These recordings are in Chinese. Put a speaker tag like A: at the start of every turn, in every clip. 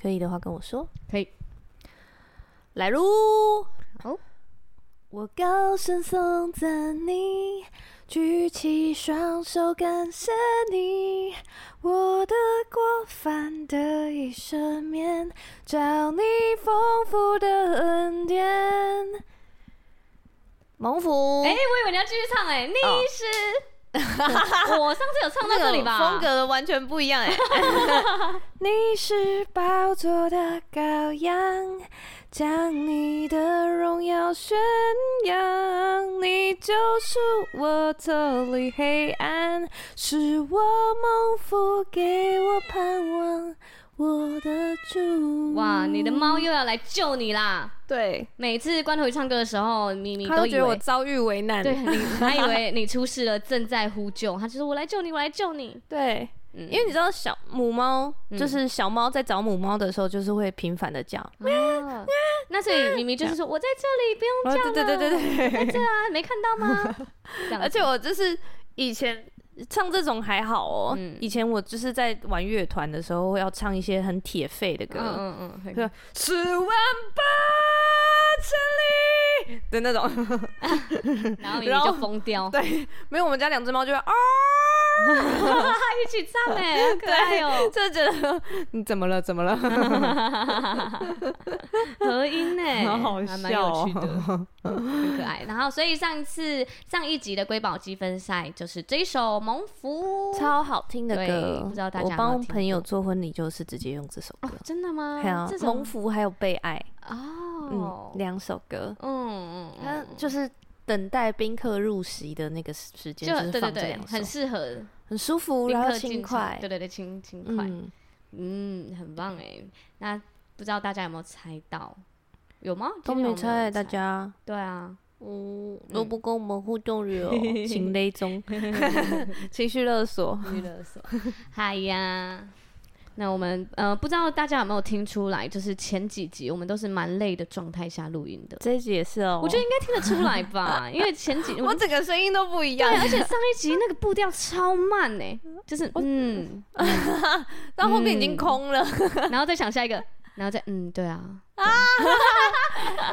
A: 可以的话跟我说。
B: 可以。
A: 来喽！
B: 好，
A: 我高声颂赞你，举起双手感谢你，我的过犯的一生面，找你丰富的恩典。蒙福，
B: 哎、我以为你要继续唱哎、你
A: 哦
B: 是、我上次有唱到
A: 那
B: 这
A: 个
B: 里吧？
A: 风格完全不一样哎、 你是宝座的羔羊，将你的荣耀宣扬。你救赎我脱离黑暗，使我蒙福，给我盼望。我的主，
B: 哇，你的猫又要来救你啦！
A: 对，
B: 每次关头唱歌的时候，你你
A: 他
B: 都
A: 都
B: 以
A: 觉得我
B: 为。
A: 遭遇危难。
B: 对你，他以为你出事了，正在呼救，他就说：“我来救你，我来救你。
A: 对
B: 嗯
A: 因为你知道小母猫，
B: 嗯
A: 就是小猫在找母猫的时候，就是会频繁的叫。
B: 哦”那所以明明就是说：“我在这里，不
A: 哦，
B: 用叫
A: 对
B: 了。”
A: 对对
B: 对，
A: 对对，
B: 这啊，没看到吗？ 这样
A: 而
B: 子
A: 且我就是以前唱这种还好哦，
B: 嗯
A: 以前我就是在玩乐团的时候会要唱一些很铁肺的歌，
B: 嗯嗯嗯，
A: 就十万八千里的那种。
B: 然后你
A: 然后
B: 就疯掉，
A: 对，没有我们家两只猫就会啊，
B: 一起唱哎，好可爱哦，
A: 真的觉得你怎么了？怎么了？
B: 嗯合音哎，
A: 好好
B: 还蛮有趣
A: 笑哦
B: 的，很可爱。然后所以上次上一集的瑰宝积分赛就是这一首《蒙福》，
A: 超好听的
B: 对
A: 歌，
B: 不知道大家有
A: 我
B: 没有
A: 帮
B: 听
A: 朋友做婚礼就是直接用这首歌
B: 哦，，真的吗？
A: 还有
B: 这
A: 《
B: 种
A: 蒙福》还有《被爱》，
B: 哦
A: 嗯，，两首歌，
B: 嗯嗯
A: 它
B: 嗯，
A: 就是等待宾客入席的那个时时间，
B: 就
A: 就
B: 对
A: 是
B: 对
A: 放这
B: 对
A: 两，首，
B: 很适合
A: 很舒服，
B: 宾
A: 然后
B: 客
A: 轻
B: 进
A: 快
B: 场，对对对，轻轻快，
A: 嗯，
B: 嗯，很棒哎。那不知道大家有没有猜到？有吗？
A: 都
B: 今天有
A: 没猜，
B: 有
A: 大家，
B: 对啊，
A: 嗯，都不跟我们互动 了哦，情勒中， 情绪勒索，
B: 娱乐所。嗨呀，那我们呃，不知道大家有没有听出来，就是前几集我们都是蛮累的状态下录音的，
A: 这一集也是哦，
B: 我觉得应该听得出来 吧，因为前几
A: 我
B: 我
A: 啊
B: 们
A: 整个声音都不一样
B: 对，，啊而且上一集那个步调超慢呢、就是嗯，
A: 到后面已经空了，
B: 然后再想下一个，然后再嗯，对啊，
A: 大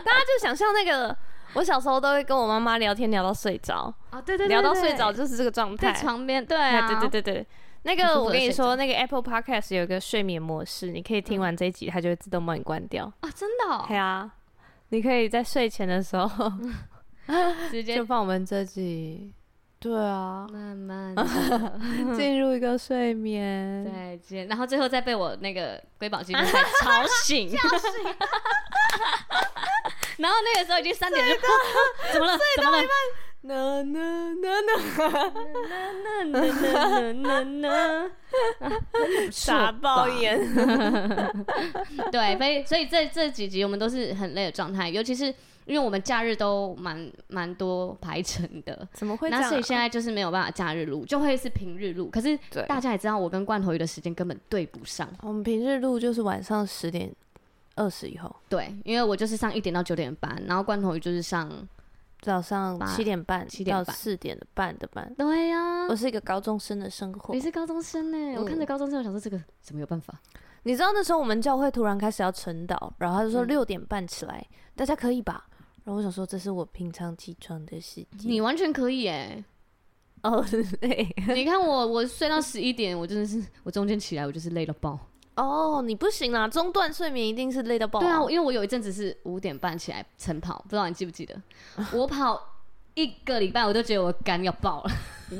A: 家就想象那个。我小时候都会跟我妈妈聊天，聊到睡着，
B: 啊对对对，
A: 聊到
B: 对
A: 睡着，就是这个状态
B: 在。床边，对
A: 哎
B: 啊，
A: 对对对对，那
B: 很舒
A: 个
B: 服
A: 我
B: 地
A: 跟你
B: 睡
A: 说，
B: 着
A: 那个 Apple Podcast 有一个睡眠模式，你可以听完这一集，它就会自动帮你关掉。
B: 啊，真的哦、
A: 对啊，你可以在睡前的时候
B: 直接
A: 就放我们这集。对 啊，
B: 慢慢地
A: 进入一个睡眠。
B: 再见，然后最后再被我那个瑰宝积分赛 吵醒，然后那个时候已经三 点就，怎么了？怎么了？
A: 那那那那，
B: 那那那那那，
A: 傻爆眼。
B: 对，所以所以这这几集我们都是很累的状态，尤其是因为我们假日都蛮蛮多排程的。
A: 怎么会这
B: 那
A: 样嗯
B: 所以现
A: 啊？
B: 在就是没有办法假日录，就会是平日录。可是
A: 对，
B: 大家也知道，我跟罐头鱼的时间根本对不上。
A: 我们平日录就是晚上十点二十以后，
B: 对，因为我就是上一点到九点半，然后罐头鱼就是上。
A: 早上
B: 八
A: 七点半
B: 7点
A: 到
B: 半嗯
A: 四点半的班。
B: 对呀、
A: 我是一个高中生的生活
B: 你，是高中生呢、我看着高中生，我想说这个怎么有办法？
A: 你知道那时候我们教会突然开始要晨祷，然后他就说
B: 嗯
A: 六点半起来，大家可以吧？然后我想说这是我平常起床的时间。
B: 你完全可以 哎、
A: 哦，累
B: 你看我，我睡到十一点，我真的是，我中间起来我就是累到爆。
A: 哦，你不行啦，中断睡眠一定是累到爆、
B: 对啊，我因为我有一阵子是五点半起来晨跑，不知道你记不 记得？我跑一个礼拜，我都觉得我肝要爆了，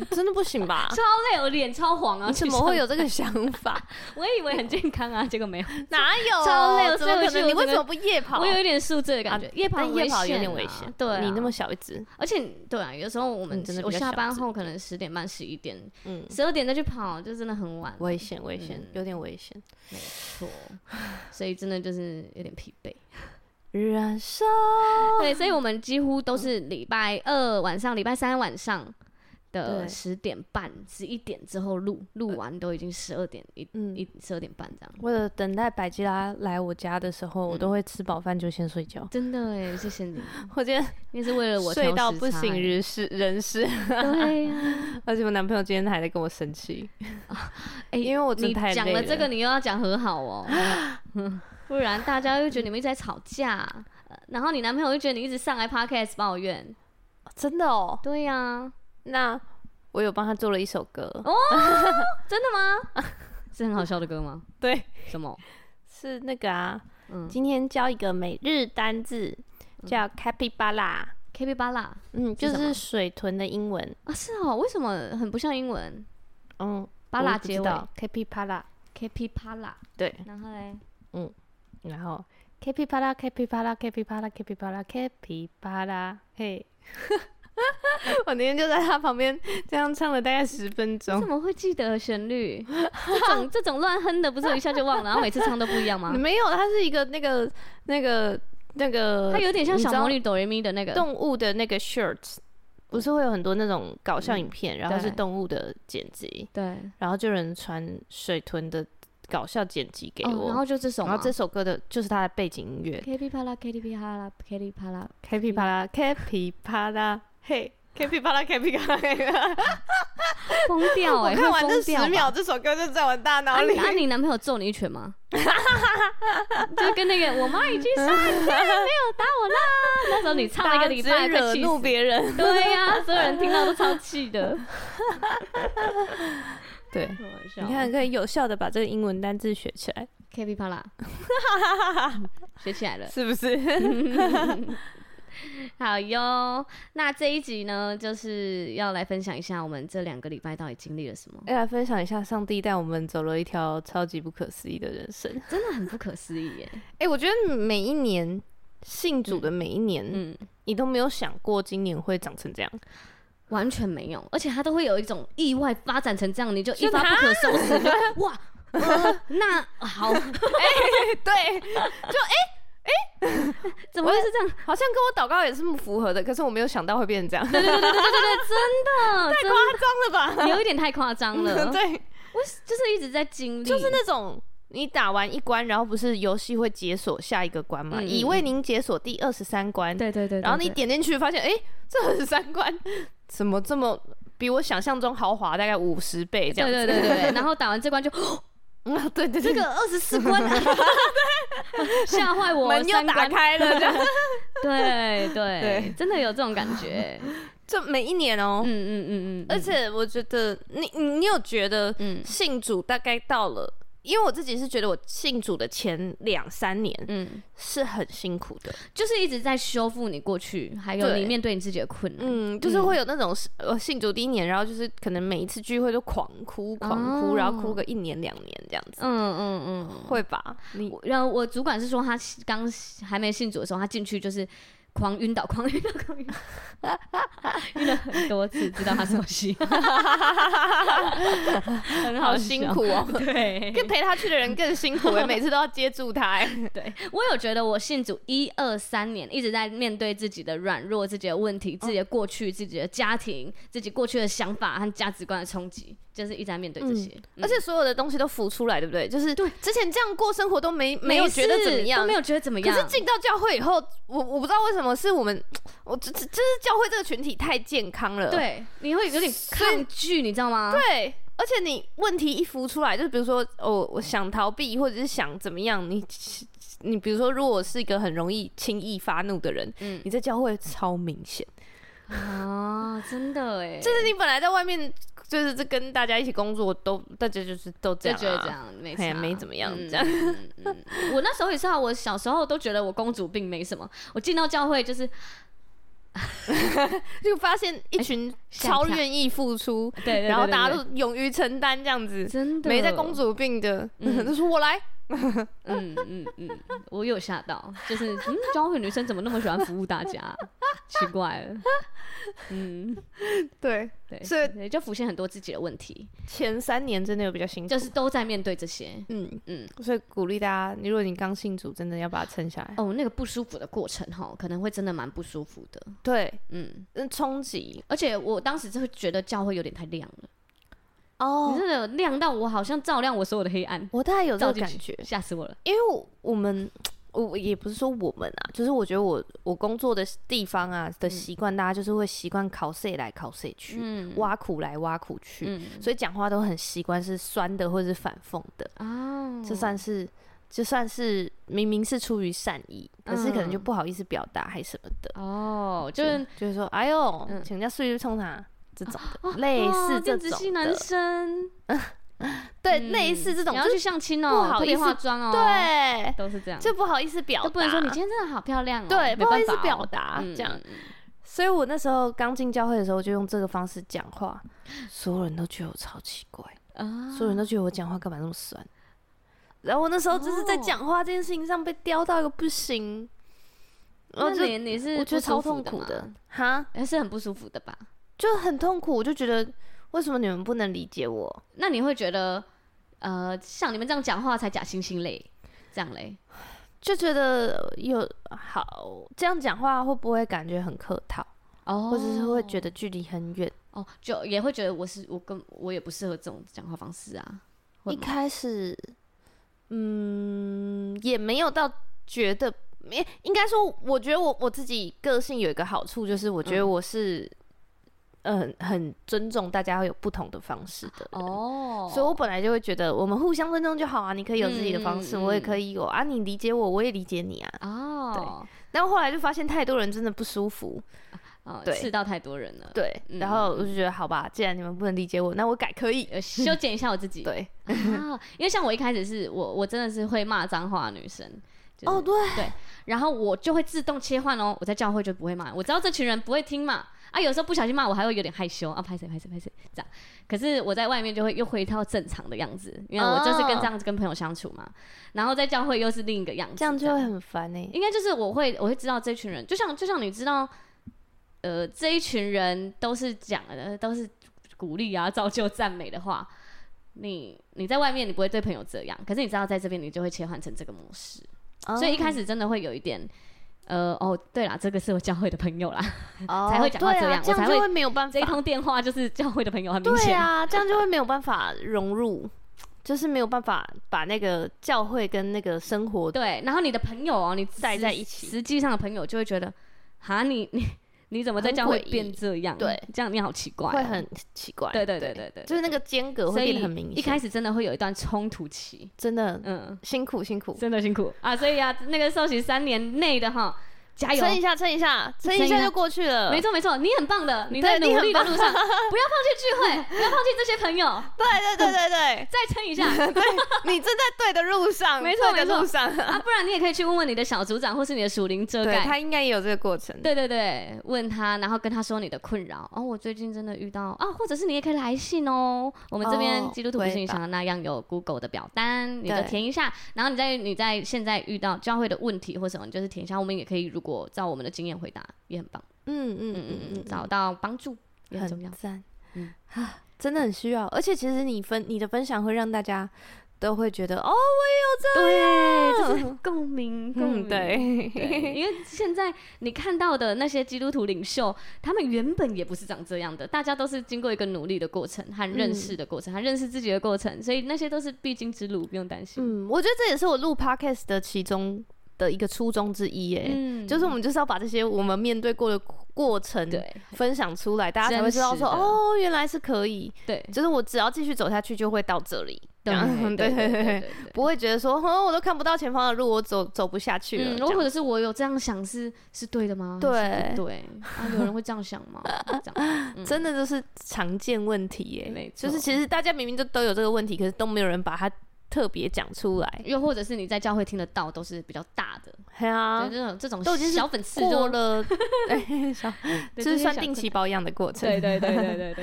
A: 真的不行 吧？
B: 超累，哦我脸超黄 啊！
A: 你怎么会
B: 有？
A: 有这个想法？
B: 我以为很健康啊，结果没有。
A: 哪 有？
B: 超累我
A: 怎么
B: 睡
A: 可能？你
B: 回去我
A: 为
B: 整个
A: 什么不夜跑？啊
B: 我有一点宿醉的感觉，啊夜跑
A: 但
B: 很
A: 夜
B: 危
A: 跑有点
B: 啊
A: 危险。
B: 对、啊，
A: 你那么小一只，
B: 而且对啊，有时候我们
A: 嗯真的
B: 我
A: 比较
B: 下
A: 小
B: 班
A: 资
B: 后可能十点半、十一点、
A: 嗯，
B: 十二点再去跑，就真的很晚。
A: 危险，危险，
B: 嗯
A: 有点危险。
B: 没错，所以真的就是有点疲惫。
A: 燃烧，哦
B: 对，所以我们几乎都是礼拜二晚上、礼拜三晚上的
A: 对
B: 十点半、十一点之后录，录完都已经十二点一、
A: 嗯
B: 一十二点半这样。
A: 为了等待百吉拉来我家的时候，我都会吃饱饭就先睡觉。
B: 真的哎，谢谢你，
A: 我今天
B: 你也是为了 我
A: 睡到
B: 调时
A: 不
B: 差
A: 省
B: 欸。
A: 人事人 事，
B: 对啊呀、
A: 而且我男朋友今天还在跟我生气，
B: 哎
A: 因为我真
B: 你
A: 的太累
B: 讲了这个，你又要讲和好哦。 不然大家又觉得你们一直在吵架，呃然后你男朋友又觉得你一直上来 podcast 抱怨。
A: 真的哦。
B: 对啊呀、
A: 那我有帮他做了一首歌，
B: 哦，真的吗？是很好笑的歌吗？
A: 对，
B: 什么？
A: 是那个啊，
B: 嗯
A: 今天教一个每日单字，叫 capybara，
B: k b 巴拉
A: 嗯，就是
B: 什
A: 是水豚的英文，
B: 啊，是哦，为什么很不像英文
A: 嗯，
B: 巴拉结尾
A: ，capybara，
B: k p 巴拉，
A: 对，
B: 然后嘞，
A: 然后 capybara，capybara，capybara，capybara，capybara，嘿。 我那天就在他旁边这样唱了大概十分
B: 你
A: 钟
B: 怎，么会记得 旋律？这种这种乱哼的，不是一下就忘了，然后每次唱都不一样吗？
A: 没有，它是一个那个那个那个，
B: 它有点像
A: 呃你知
B: 小
A: 道
B: 魔女哆瑞咪的那个，
A: 动物的那个 shirts，不是会有很多那种搞笑影片，然后
B: 嗯对
A: 是动物的剪辑，
B: 对，
A: 然后就有人传水豚的搞笑剪辑给
B: 哦
A: 我，
B: 然后就这首
A: 然
B: 吗，
A: 后这首歌的就是它的背景音乐
B: k p 巴拉 k p 巴拉 k p 巴拉，
A: k a p y 啪啦 k a p y 啪啦，嘿 k a p y 啪啦 k a p y 啪啦，
B: 疯掉
A: 我
B: 哎、欸，
A: 看
B: 会
A: 完
B: 疯
A: 这
B: 掉吧
A: 十秒，。这首歌就在我大脑
B: 啊
A: 里
B: 你。啊你男朋友揍你一拳 吗？就跟那个我妈已经上班没有打我啦，那时候你唱了一个礼拜，快
A: 惹
B: 气
A: 怒
B: 死
A: 别人，
B: 对呀、所有人听到都超气的。
A: 对，
B: 开玩笑
A: 你看可以有效的把这个英文单字学起来，
B: k p 巴 拉学起来了。
A: 是不是？
B: 好哟，那这一集呢，就是要来分享一下我们这两个礼拜到底经历了什么，
A: 要来哎分享一下，上帝带我们走了一条超级不可思议的人生。
B: 真的很不可思 议耶。
A: 哎、我觉得每一年信主的每一年，
B: 嗯，
A: 你都没有想过今年会长成这样，
B: 完全没有，而且它都会有一种意外发展成这样，你就一
A: 是
B: 发
A: 它
B: 不可收 拾，你就哇。呃那好，
A: 对，
B: 怎么会是这样？
A: 好像跟我祷告也是符合的，可是我没有想到会变成这样， 太
B: 呃真
A: 夸张了
B: 的
A: 吧？
B: 有一点太夸张了。
A: 对，
B: 我就是一直在经历，
A: 就是那种你打完一关，然后不是游戏会解锁下一个关嘛？
B: 嗯嗯
A: 已为您解锁第二十三关，
B: 对对对对
A: 然后你
B: 对
A: 点进去发现，哎、这二十三关怎么这么比我想象中豪华大概五十倍这样子？
B: 对对对对对，然后打完这关就
A: 嗯，对对对，
B: 这个二十四关啊 吓坏我，
A: 门又
B: 三
A: 打
B: 关
A: 开 了，这样
B: 对对
A: 对
B: 真的有这种感 觉。
A: 就每一年哦、
B: 嗯嗯嗯嗯，
A: 而且我觉得你你你有觉得
B: 嗯
A: 信主大概到了，因为我自己是觉得我信主的前两三年
B: 嗯，
A: 是很辛苦的，
B: 就是一直在修复你过去，还有
A: 对
B: 你面对你自己的困难。
A: 嗯，就是会有那种是呃信主第一年，然后就是可能每一次聚会都狂哭狂哭，
B: 哦
A: 然后哭个一年两年这样子，
B: 嗯嗯嗯，
A: 会吧？你
B: 我然后我主管是说，他刚还没信主的时候，他进去就是狂晕倒，狂晕倒，狂晕倒， 晕了很多次，知道他什么 戏，很
A: 好
B: 笑
A: 辛。苦 哦、
B: 对，
A: 跟陪他去的人更辛苦、欸，每次都要接住他、 欸。
B: 对我有觉得我信主一二三年一直在面对自己的软弱、自己的问题、自
A: 哦
B: 己的过去、自己的家庭、自己过去的想法和价值观的冲击，就是一直在面对这些，嗯
A: 而且所有的东西都浮出来，对不对？就是
B: 对
A: 之前这样过生活都没没有觉得怎么
B: 事
A: 样
B: 都没，有觉得怎么
A: 可
B: 样。
A: 是进到教会以后，我我不知道为什么是我们，我这这就是教会这个群体太健康了，
B: 对，你会有点抗拒，你知道吗？
A: 对，而且你问题一浮出来，就是比如说哦，我想逃避或者是想怎么样，你你比如说，如果我是一个很容易轻易发怒的人，
B: 嗯
A: 你在教会超明显，
B: 啊，真的哎，
A: 就是你本来在外面就是这跟大家一起工作，都大家就是都这
B: 就
A: 样、啊，
B: 觉得这样没
A: 哎呀
B: 差
A: 没怎么样
B: 嗯
A: 这样
B: 嗯嗯嗯我那时候也是啊，我小时候都觉得我公主病没什么，我进到教会就是
A: 就发现一群
B: 吓一
A: 超
B: 跳
A: 愿意付出，
B: 对对对
A: 然后
B: 对
A: 大家
B: 对
A: 都勇于承担这样子，
B: 真的
A: 没在公主病的， 就说我来，
B: 嗯嗯嗯，我有吓到，就是嗯，教会女生怎么那么喜欢服务大家 啊，奇怪了。嗯，
A: 对，
B: 对，
A: 所以
B: 对就浮现很多自己的问题，
A: 前三年真的有比较辛苦，
B: 就是都在面对这些。
A: 嗯
B: 嗯
A: 嗯，所以鼓励大家，你如果你刚信主，真的要把它撑下来。
B: 哦，那个不舒服的过程哈，可能会真的蛮不舒服的。
A: 对，
B: 嗯，
A: 嗯，冲击
B: 而且我当时就会觉得教会有点太亮了，你
A: 哦，
B: 真的亮到我好像照亮我所有的黑暗，
A: 我大概有这
B: 照
A: 个
B: 进
A: 感
B: 去
A: 觉，
B: 吓死我了。
A: 因为我我们我也不是说我们啊，就是我觉得我我工作的地方啊的习惯，大家就是会习惯考谁来考谁去，
B: 嗯
A: 挖苦来挖苦去，
B: 嗯
A: 嗯所以讲话都很习惯是酸的或是反讽的，
B: 啊，
A: 这算是就算是明明是出于善意，可是可能就
B: 嗯
A: 不好意思表达还什么的，
B: 哦，就是
A: 就是说，哎呦，
B: 嗯
A: 请人家睡就冲他这种的，类似
B: 哦
A: 这
B: 电子系
A: 种
B: 男
A: 的，
B: 生，
A: 对，
B: 嗯
A: 类似这种
B: 你要
A: 就
B: 去
A: 是
B: 相亲哦，
A: 不好
B: 可以
A: 意思
B: 化妆哦，，
A: 对，
B: 都是这样，
A: 就不好意思表
B: 都
A: 达，
B: 不能说你今天真的好漂亮哦，
A: 对，
B: 没
A: 不好意
B: 办法
A: 思
B: 哦
A: 表达
B: 嗯
A: 这样。
B: 嗯嗯
A: 所以我那时候刚进教会的时候，就用这个方式讲话，所有人都觉得我超奇怪，
B: 啊
A: 所有人都觉得我讲话干嘛那么酸。然后我那时候就是在
B: 哦
A: 讲话这件事情上被刁到一个不行，然
B: 那
A: 后就
B: 你你是
A: 我觉得
B: 不舒
A: 超
B: 服
A: 痛苦的，哈，
B: 还是很不舒服的吧？
A: 就很痛苦。我就觉得为什么你们不能理解我？
B: 那你会觉得，呃，像你们这样讲话才假惺惺嘞，这样嘞？
A: 就觉得有好这样讲话会不会感觉很客套，
B: 哦
A: 或者是会觉得距离很远？
B: 哦，就也会觉得我是我跟我也不适合这种讲话方式啊。会
A: 一
B: 吗
A: 开始，嗯，也没有到觉得，应应该说，我觉得我我自己个性有一个好处，就是我觉得
B: 嗯
A: 我是，嗯、很尊重大家会有不同的方式的人。
B: 哦，
A: 所以，我本来就会觉得我们互相尊重就好啊，你可以有自己的方式，
B: 嗯嗯嗯
A: 我也可以有啊，你理解我，我也理解你啊。
B: 哦，
A: 但后来就发现太多人真的不舒服，
B: 哦，
A: 对
B: 刺到太多人了，，
A: 对，
B: 嗯
A: 然后我就觉得好吧，既然你们不能理解我，那我改可以。
B: 呃，修剪一下我自 己。
A: 对，
B: 啊，因为像我一开始是我我真的是会骂脏话的女生。就是
A: 哦对，
B: 然后我就会自动切换哦，我在教会就不会骂，我知道这群人不会听嘛，啊，有时候不小心骂我还会有点害羞啊，拍谁拍谁拍谁这样，可是我在外面就会又回到正常的样子，因为我就是跟这样子跟朋友相处嘛，然后在教会又是另一个样子，
A: 这样就会很烦呢、
B: 应该就是我会我会知道这群人，就像就像你知道，呃，这一群人都是讲的都是鼓励啊、造就、赞美的话，你你在外面你不会对朋友这样，可是你知道在这边你就会切换成这个模式。所以一开
A: 始。
B: 始真的会有一点，呃，哦，对啦，这个是我教会的朋友啦，
A: 哦
B: 才会讲话
A: 对
B: 这
A: 啊
B: 样
A: 这样
B: 我才
A: 就
B: 会
A: 会没有办
B: 这一
A: 法。
B: 通电话就是教会的朋友，很明
A: 对
B: 显。
A: 啊，这样就会没有办法融入，就是没有办法把那个教会跟那个生活
B: 对，然后你的朋友哦，你
A: 带
B: 实
A: 在一起
B: 实际上的朋友就会觉得，哈，你你你怎么在
A: 很
B: 教会
A: 诡异
B: 变这样？
A: 对，
B: 这样你好奇怪、哦，
A: 会很奇怪。
B: 对对对对对，
A: 就是那个间隔
B: 所
A: 会变
B: 以
A: 得很明显。
B: 一开始真的会有一段冲突期，
A: 真的
B: 嗯，
A: 辛苦辛苦，
B: 真的辛苦啊，所以啊，那个受洗三年内的哈，加油
A: 撑。一下撑一下撑
B: 撑
A: 一
B: 一
A: 下
B: 下
A: 就过去了。
B: 没，错没错，你很棒的，你
A: 对
B: 在努
A: 你很
B: 力的
A: 棒
B: 路 上，不要放弃聚会，不要放弃这些朋友，
A: 对对对对对，
B: 再撑 一下，
A: 你正在对的路上，
B: 没错
A: 对的路
B: 没错
A: 上。
B: 啊，不然你也可以去问问你的小组长或是你的属灵遮
A: 对
B: 盖。
A: 他应该也有这个过程。
B: 对对对，问他，然后跟他说你的困扰。哦，我最近真的遇到啊，或者是你也可以来信哦。我们这
A: 哦
B: 边基督徒不
A: 回
B: 信
A: 答
B: 箱那样有 Google 的表单，你就
A: 对
B: 填一下。然后你在你在现在遇到教会的问题或什么，你就是填一下。我们也可以如果照我们的经验回答，也很棒。
A: 嗯嗯
B: 嗯嗯
A: 嗯嗯
B: 嗯，
A: 嗯，
B: 找到帮助也很重要。
A: 赞，
B: 嗯
A: 啊，真的很需要。而且其实你分你的分享会让大家都会觉得，哦，我也
B: 对，
A: 有这
B: 就
A: 样，
B: 是共鸣，共
A: 嗯，
B: 鸣。
A: 对，
B: 对，因为现在你看到的那些基督徒领袖，他们原本也不是长这样的，大家都是经过一个努力的过程和认识的过程，和认识自己的过程，所以那些都是必经之路，不用担心。
A: 嗯，我觉得这也是我录 podcast 的其中的一个初衷之一，耶，
B: 嗯
A: 就是我们就是要把这些我们面对过的过程。
B: 对
A: 分享出来，大家才会
B: 真
A: 知道
B: 实
A: 说
B: 的
A: 哦，原来是可以。
B: 对
A: 就是我只要继续走下去，就会到这里。这
B: 对
A: 样 对
B: 对对对对
A: 对，
B: 对。
A: 不会觉得说， 哦，我都看不到前方的路，我走走不下去了。
B: 嗯，
A: 这
B: 或
A: 样
B: 者是我有这样想是是对的吗？还是不对啊，有人会这样想吗？这 样嗯
A: 真的就是常见问题耶、
B: 没
A: 就
B: 错
A: 是其实大家明明就都有这个问题，可是都没有人把它特别讲出来。
B: 又或者是你在教会听得到都是比较大的，
A: 对啊
B: 就，这种这种
A: 都已经是
B: 小粉刺
A: 过
B: 就
A: 了，哎小
B: 对
A: 就
B: 这
A: 是
B: 些
A: 算
B: 小
A: 定
B: 困
A: 期
B: 难
A: 保养的过程。
B: 对对对对对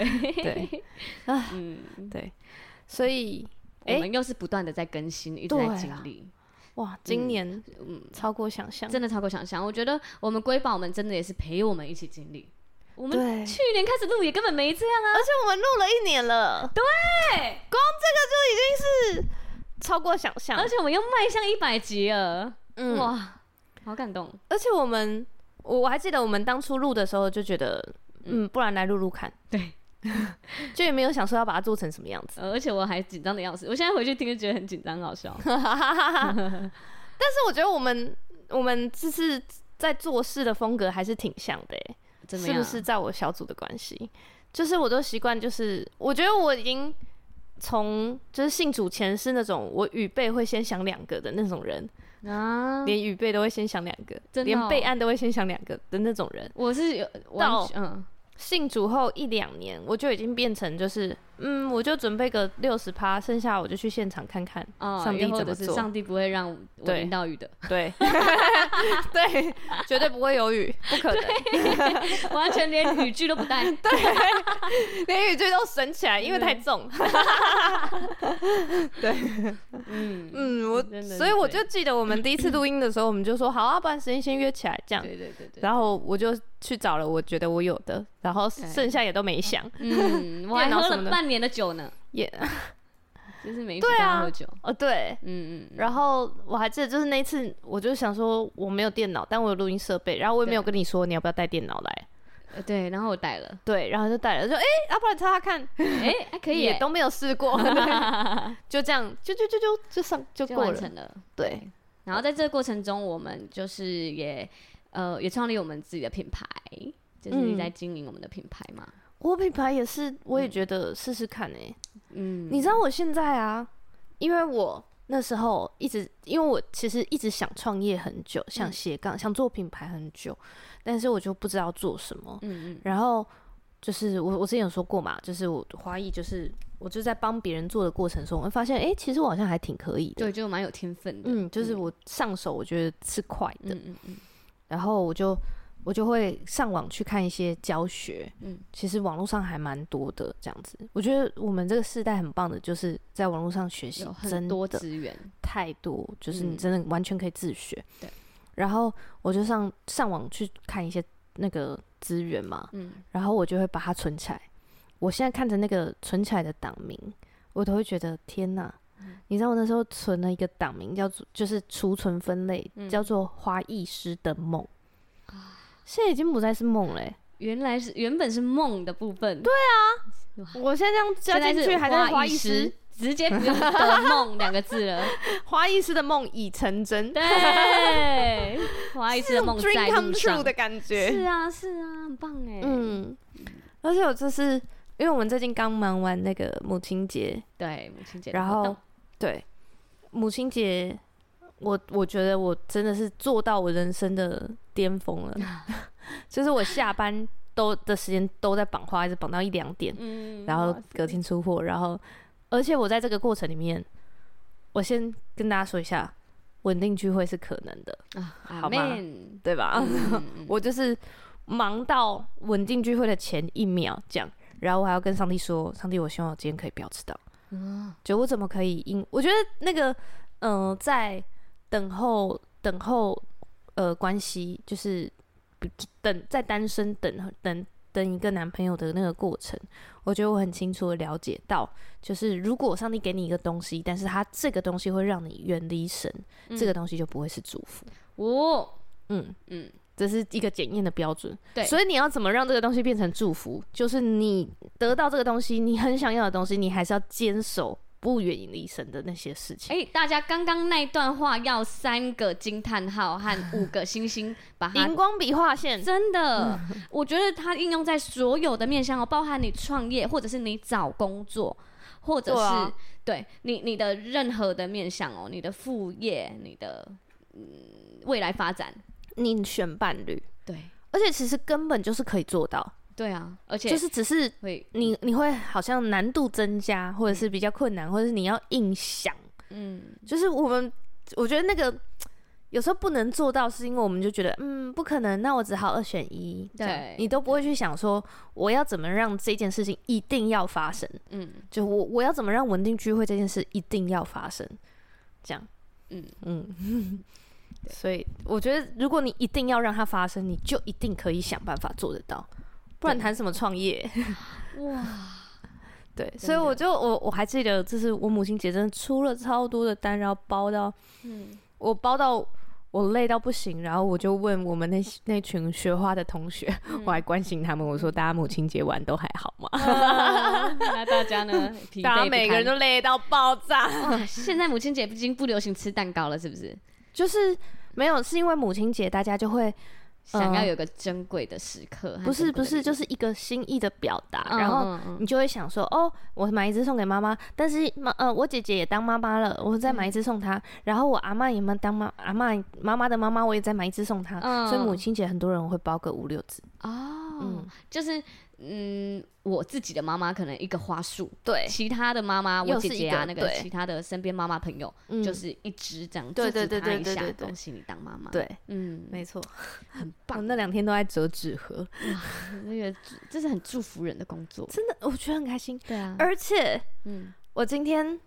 B: 对
A: 对
B: 嗯，
A: 对，所以
B: 我
A: 诶
B: 们又是不断的在更新，一直
A: 对啊啊
B: 在经历，
A: 哇，今
B: 嗯
A: 年
B: 嗯，
A: 超过想象，
B: 真的超过想象。我觉得我们瑰宝们真的也是陪我们一起经历。我们
A: 对
B: 去年开始录也根本没这样啊，
A: 而且我们录了一年了，
B: 对，
A: 光这个就已经是超过想象
B: 而。且我们又迈向一百集了，
A: 嗯，
B: 哇，好感动，
A: 而且我们，我我还记得我们当初录的时候就觉得，嗯，不然来录录看，
B: 对。
A: 就也没有想说要把它做成什么样 子。
B: 呃而且我还紧张的要死，我现在回去听就觉得很紧张，很 好笑。
A: 但是我觉得我们我们这次在做事的风格还是挺像的、欸，
B: 怎么
A: 是
B: 样？
A: 不是在我小组的关系？就是我都习惯，就是我觉得我已经从就是信主前是那种我语备会先想两个的那种人，
B: 啊，
A: 连语备都会先想两个，
B: 真的
A: 连
B: 哦
A: 备案都会先想两个的那种人。
B: 我是有
A: 到
B: 完全嗯
A: 信主后一两年，我就已经变成就是，嗯，我就准备个六十趴，剩下我就去现场看看。
B: 哦，
A: 上帝
B: 又或
A: 怎么
B: 者是
A: 做
B: 上帝不会让我
A: 对
B: 淋到雨的，
A: 对， 对，绝对不会有雨，不可能，
B: 完全连语句都 不带。
A: 连雨最都省起来，因为太重。
B: 嗯，
A: 嗯，我
B: 真的是
A: 所以我
B: 这
A: 就记得我们第一次录音的时候，我们就说好啊，不然时间先约起来这样。
B: 对对对对。
A: 然后我就去找了我觉得我有的，然后剩下也都没想。
B: 嗯，我
A: 电
B: 还
A: 脑
B: 喝
A: 什么的
B: 了半年的酒呢，
A: 也、
B: 就是每一次
A: 对
B: 都
A: 啊
B: 要喝酒。
A: 哦对，
B: 嗯嗯，
A: 然后我还记得就是那一次，我就想说我没有电脑，但我有录音设备，然后我也没有
B: 对
A: 跟你说你要不要带电脑来。
B: 呃对，然后我带了，
A: 对，然后就带了，就哎，要、不然擦擦看，
B: 哎，还可 以
A: 也
B: 耶，
A: 都没有试过，对就这样，就就就就就上就
B: 就
A: 过
B: 完
A: 了。
B: 成了。
A: 对，
B: 然后在这个过程中，我们就是也呃也创立我们自己的品牌，就是一直
A: 嗯
B: 在经营我们的品牌嘛。
A: 我品牌也是，我也觉得试试看哎、
B: 嗯，
A: 你知道我现在啊，因为我那时候一直，因为我其实一直想创业很久，想斜杠，想做品牌很久，但是我就不知道做什么。
B: 嗯嗯
A: 然后就是我我之前有说过嘛，就是我华裔，就是我就在帮别人做的过程中，我会发现，哎、其实我好像还挺可以的。
B: 对，就蛮有天分的。
A: 嗯，就是我上手，我觉得是快的。
B: 嗯嗯嗯，
A: 然后我就我就会上网去看一些教学，嗯
B: 嗯，
A: 其实网络上还蛮多的这样子。我觉得我们这个世代很棒的，就是在网络上学习
B: 有，
A: 真
B: 很多
A: 的
B: 资源。
A: 太多，就是你
B: 嗯
A: 真的完全可以自学。
B: 对，
A: 然后我就上上网去看一些那个资源嘛，
B: 嗯，
A: 然后我就会把它存起来。我现在看着那个存起来的档名，我都会觉得天哪！
B: 嗯
A: 你知道我那时候存了一个档名，叫做就是储存分类，
B: 嗯啊
A: 叫做“花艺师的梦”现在已经不再是梦了欸、
B: 原来是原本是梦的部分，对，
A: 我现在这样
B: 现
A: 加
B: 在
A: 啊进
B: 是
A: 去，还在花艺
B: 师
A: 师，，
B: 直接不用得梦两个 字了。
A: 花艺师的梦已成真，
B: 对，花艺师的梦
A: 这种 dream
B: 在路
A: come true
B: 上
A: 的。感觉。
B: 是啊，是啊，很棒哎。嗯，
A: 嗯，而且我就是因为我们最近刚忙完那个母亲节，
B: 对，母亲节的
A: 然
B: 活动。
A: 后对母亲节，我我觉得我真的是做到我人生的巅峰 了，就是我下班都的时间都在绑花，一直绑到一两点，
B: 嗯，
A: 然后
B: 哇
A: 隔天出货，然后而且我在这个过程里面，我先跟大家说一下，稳定聚会是可能的，
B: 啊，
A: 好
B: 阿
A: 吗
B: 门。
A: 对吧？
B: 嗯
A: 我就是忙到稳定聚会的前一秒这样，然后我还要跟上帝说，上帝，我希望我今天可以不要迟到。
B: 嗯
A: 就我怎么可以因？我觉得那个，嗯、在等候等候呃关系，就是不等在单身等等等一个男朋友的那个过程，我觉得我很清楚的了解到，就是如果上帝给你一个东西，但是他这个东西会让你远离神，
B: 嗯
A: 这个东西就不会是祝福。
B: 哦，
A: 嗯，
B: 嗯，
A: 这是一个检验的标准。
B: 对
A: 所以你要怎么让这个东西变成祝福？就是你得到这个东西，你很想要的东西，你还是要坚守不远离神的那些事情。
B: 哎，大家刚刚那一段话要三个惊叹号和五个星星，把它
A: 荧光笔划线，
B: 真的，我觉得它应用在所有的面向哦，包含你创业，或者是你找工作，或者
A: 对
B: 是
A: 啊
B: 对你你的任何的面向哦，你的副业，你的嗯未来发展，
A: 你选伴侣，
B: 对
A: 而且其实根本就是可以做到，
B: 对啊，而且
A: 就是只是
B: 会
A: 你你会好像难度增加，或者是比较困难，或者是你要硬想，
B: 嗯
A: 就是我们我觉得那个。有时候不能做到，是因为我们就觉得，嗯，不可能，那我只好二选一。这样
B: 对
A: 你都不会去想说，我要怎么让这件事情一定要发生，
B: 嗯
A: 就我我要怎么让稳定聚会这件事一定要发生，这样，
B: 嗯
A: 嗯， 所以我觉得如果你一定要让它发生，你就一定可以想办法做得到，不然
B: 对
A: 谈什么创业？
B: 哇
A: 对，所以我就我我还记得，就是我母亲节真的出了超多的单，然后包到
B: 嗯
A: 我包到。我累到不行，然后我就问我们那那群学花的同学， 我
B: 嗯
A: 还关心他们，我说大家母亲节玩都还好吗？
B: 啊 那大家呢？疲 惫
A: 大家
B: 不
A: 每个人
B: 堪
A: 都累到爆炸，
B: 哇现在母亲节已经不流行吃蛋糕了，是不是？
A: 就是没有，是因为母亲节大家就会
B: 想要
A: 嗯
B: 有个珍贵的时刻和珍贵的礼物，
A: 不是不是，就是一个心意的表达，然后
B: 嗯嗯嗯
A: 你就会想说，哦，我买一只送给妈妈，但是妈呃，我姐姐也当妈妈了，我再买一只送她，然后我阿妈也妈当妈阿妈妈妈的妈妈，我也再买一只送她，
B: 嗯
A: 所以母亲节很多人会包个五六只，
B: 哦
A: 嗯，
B: 就是嗯，我自己的妈妈可能一个花束，
A: 对
B: 其他的妈妈，我
A: 又
B: 姐
A: 是
B: 姐
A: 一个
B: 啊，那个
A: 对
B: 其他的身边妈妈朋友，
A: 嗯
B: 就是一直这样，
A: 对
B: 祝
A: 对
B: 福
A: 对
B: 她
A: 对
B: 一
A: 对
B: 下
A: 对对
B: 恭喜你当妈妈，，
A: 对，
B: 嗯，
A: 没错，
B: 很
A: 我
B: 棒，
A: 那两天都在折纸盒，
B: 那个这是很祝福人的工作，
A: 真的我觉得很开心，
B: 对啊，
A: 而且
B: 嗯，
A: 我今天。嗯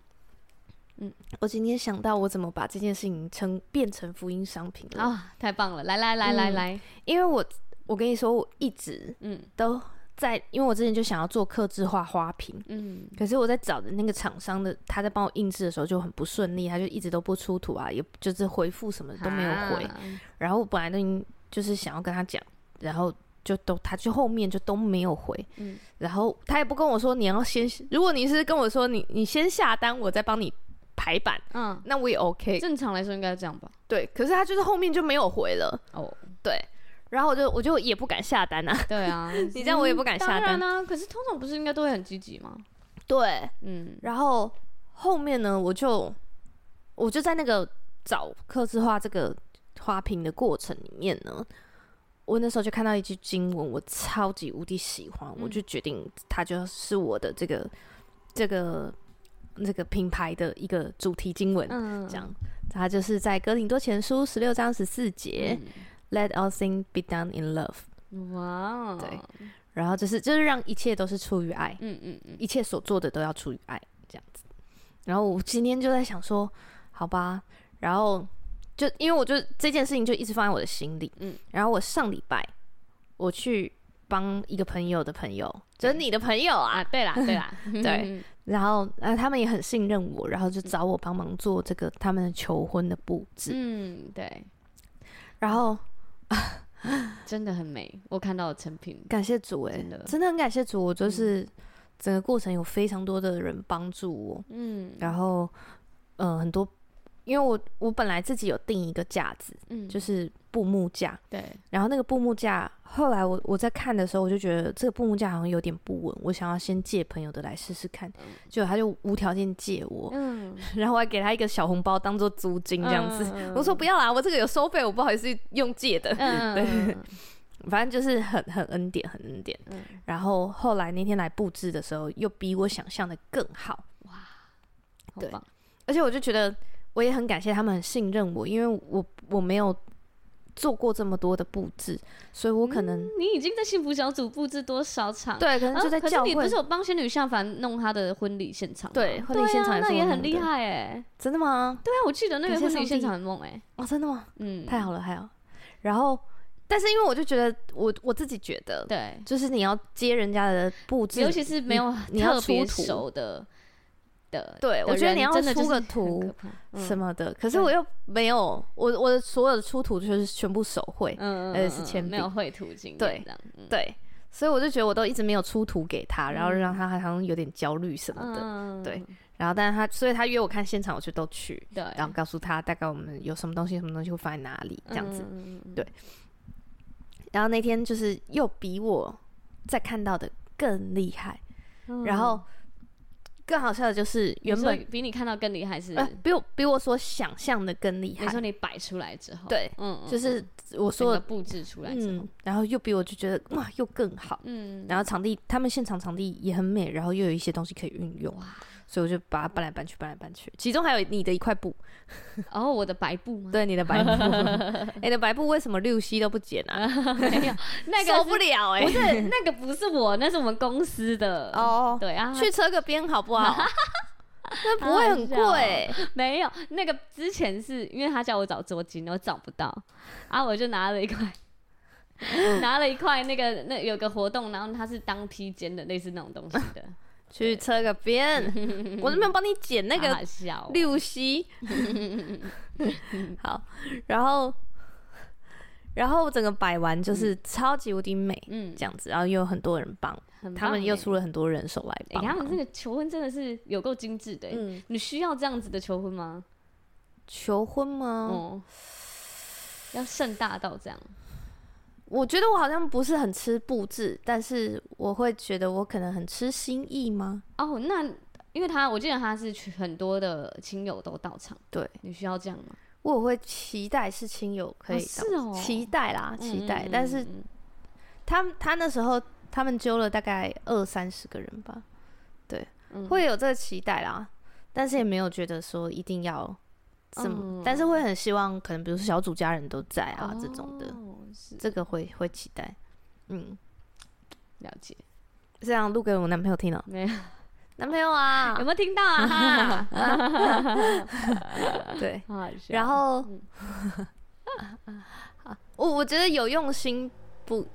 B: 嗯，
A: 我今天想到我怎么把这件事情成变成福音商品了，
B: 啊，太棒了，来来来来
A: 嗯
B: 来，
A: 因为我我跟你说，我一直
B: 嗯
A: 都在，因为我之前就想要做刻制化花瓶，
B: 嗯
A: 可是我在找的那个厂商的，他在帮我印制的时候就很不顺利，他就一直都不出图啊，也就是回复什么的都没有回。
B: 啊
A: 然后我本来都已经就是想要跟他讲，然后就都他就后面就都没有回，
B: 嗯
A: 然后他也不跟我说你要先，如果你是跟我说你你先下单，我再帮你排版，
B: 嗯，
A: 那我也 OK。
B: 正常来说应该这样吧，
A: 对，可是他就是后面就没有回了，
B: 哦，
A: 对。然后我就我就也不敢下单啊，
B: 对啊，
A: 你这样我也不敢下
B: 当
A: 单
B: 然。啊，可是通常不是应该都会很积极吗？
A: 对，
B: 嗯
A: 然后后面呢，我就我就在那个找刻字化这个花瓶的过程里面呢，我那时候就看到一句经文，我超级无敌喜欢，我就决定它就是我的这个这个这个品牌的一个主题经文，
B: 嗯，
A: 这样。它就是在哥林多前书十六章十四节、l e t all things be done in love”，
B: 哇哦，
A: 对然后就是就是让一切都是出于爱，
B: 嗯嗯嗯，
A: 一切所做的都要出于爱这样子。然后我今天就在想说，好吧，然后就因为我就这件事情就一直放在我的心里，嗯
B: 嗯，
A: 然后我上礼拜我去帮一个朋友的朋友，就是你的朋友啊，
B: 啊，对啦 对啦，
A: 对，然后呃他们也很信任我，然后就找我帮忙做这个他们的求婚的布置，
B: 嗯对，
A: 然后
B: 真的很美，我看到成品，
A: 感谢主哎、
B: 真的嗯
A: 真的很感谢主，我就是整个过程有非常多的人帮助我，
B: 嗯
A: 然后，呃，很多，因为我我本来自己有定一个架子，
B: 嗯，
A: 就是布幕架，
B: 对，
A: 然后那个布幕架，后来我我在看的时候，我就觉得这个布幕架好像有点不稳，我想要先借朋友的来试试看，结果他就无条件借我，
B: 嗯，
A: 然后我还给他一个小红包当做租金这样子，
B: 嗯
A: 我说不要啦，我这个有收费，我不好意思用借的，
B: 嗯，
A: 对反正就是很很恩典，很恩典。
B: 嗯
A: 然后后来那天来布置的时候，又比我想象的更好。
B: 好
A: 对
B: 棒，
A: 而且我就觉得我也很感谢他们很信任我，因为我我没有做过这么多的布置，所以我可能、
B: 你已经在幸福小组布置多少场？
A: 对可
B: 啊，
A: 能就在
B: 可是
A: 教会，
B: 你不是有帮仙女下凡弄她的婚礼现场吗？
A: 对婚礼
B: 对啊
A: 现场也是
B: 那
A: 我
B: 也
A: 弄
B: 很厉
A: 的
B: 害哎。
A: 真的吗？
B: 对啊，我记得那
A: 感
B: 个
A: 谢
B: 婚
A: 上
B: 礼现
A: 帝
B: 场很猛哎。
A: 哦，真的吗？
B: 嗯，
A: 太好了，太好了。然后，但是因为我就觉得我我自己觉得，
B: 对，
A: 就是你要接人家的布置，
B: 尤其是没有
A: 你要
B: 特别
A: 出图
B: 熟的的，
A: 对
B: 的
A: 我觉得
B: 人
A: 你要
B: 真的
A: 出
B: 就是
A: 个
B: 很可
A: 图
B: 怕，
A: 什
B: 么？
A: 么的，可是我又没有我我的所有的出图就是全部手绘，
B: 嗯，
A: 而且
B: 嗯
A: 呃是
B: 嗯
A: 铅笔
B: 没有绘图经验
A: 对
B: 这样，嗯
A: 对，所以我就觉得我都一直没有出图给他，然后让他好像有点焦虑什么的。
B: 嗯，
A: 对然后，但是他，所以他约我看现场，我就都去，
B: 对，
A: 然后告诉他大概我们有什么东西，什么东西会放在哪里这样子。
B: 嗯，嗯嗯
A: 然后那天就是又比我在看到的更厉害，
B: 嗯
A: 然后更好笑的就是
B: 你
A: 原
B: 说
A: 本
B: 比你看到更厉害是，
A: 呃比我比我所想象的更厉
B: 你
A: 害
B: 说，你摆出来之后，
A: 对
B: 嗯，嗯，
A: 就是
B: 嗯
A: 我
B: 整
A: 说
B: 个
A: 的
B: 布置出来之后
A: 嗯，，然后又比我就觉得哇又更好，
B: 嗯，
A: 然后场地他们现场场地也很美，然后又有一些东西可以运用，
B: 哇，
A: 所以我就把它搬来搬去搬来搬去，其中还有你的一块布，
B: 然后哦我的白布吗？
A: 对你的白布，哎你的白布为什么六息都不剪啊？
B: 没有， 那
A: 受
B: 个
A: 不
B: 是
A: 了哎、
B: 不是 那个不是我，那是我们公司的
A: 哦，
B: 对啊，
A: 去车个边好不好？ 那不会很贵、
B: 没有，那个之前是因为他叫我找捉襟，我找不到，啊，我就拿了一块，
A: 嗯
B: 拿了一块那个那有个活动，然后它是当披肩的，类似那种东西的，
A: 去车个边， 我都没有帮你剪 那
B: 好
A: 个
B: 好笑哦、
A: 六 息。好，然后，然后整个摆完就是超级无敌美、
B: 嗯
A: 这，样子，然后又有很多人帮，
B: 很棒
A: 他们又
B: 欸
A: 出了很多人手来
B: 欸
A: 帮
B: 他们这
A: 忙。
B: 个求婚真的是有够精致的欸、
A: 嗯，
B: 你需要这样子的求婚吗？
A: 求婚吗？
B: 嗯哦、要盛大到这样，
A: 我觉得我好像不是很吃布置，但是我会觉得我可能很吃心意吗？
B: 哦，那因为他我记得他是去很多的亲友都到场，
A: 对，
B: 你需要这样吗？
A: 我也会期待是亲友可以
B: 哦
A: 到、
B: 是哦
A: 期待啦，期待。
B: 嗯
A: 但是
B: 嗯
A: 他们他那时候他们揪了大概二三十个人吧，对，
B: 嗯
A: 会有这个期待啦，但是也没有觉得说一定要怎么，
B: 嗯
A: 但是会很希望可能比如说小组家人都在啊、
B: 哦
A: 这种的，
B: 是
A: 这个会会期待，嗯，
B: 了解，
A: 这样录给我男朋友听哦 了，
B: 没有
A: 男朋友啊
B: 有，没有听到啊？哈
A: 对，
B: 好好笑
A: 然后，
B: 嗯
A: 我我觉得有用心不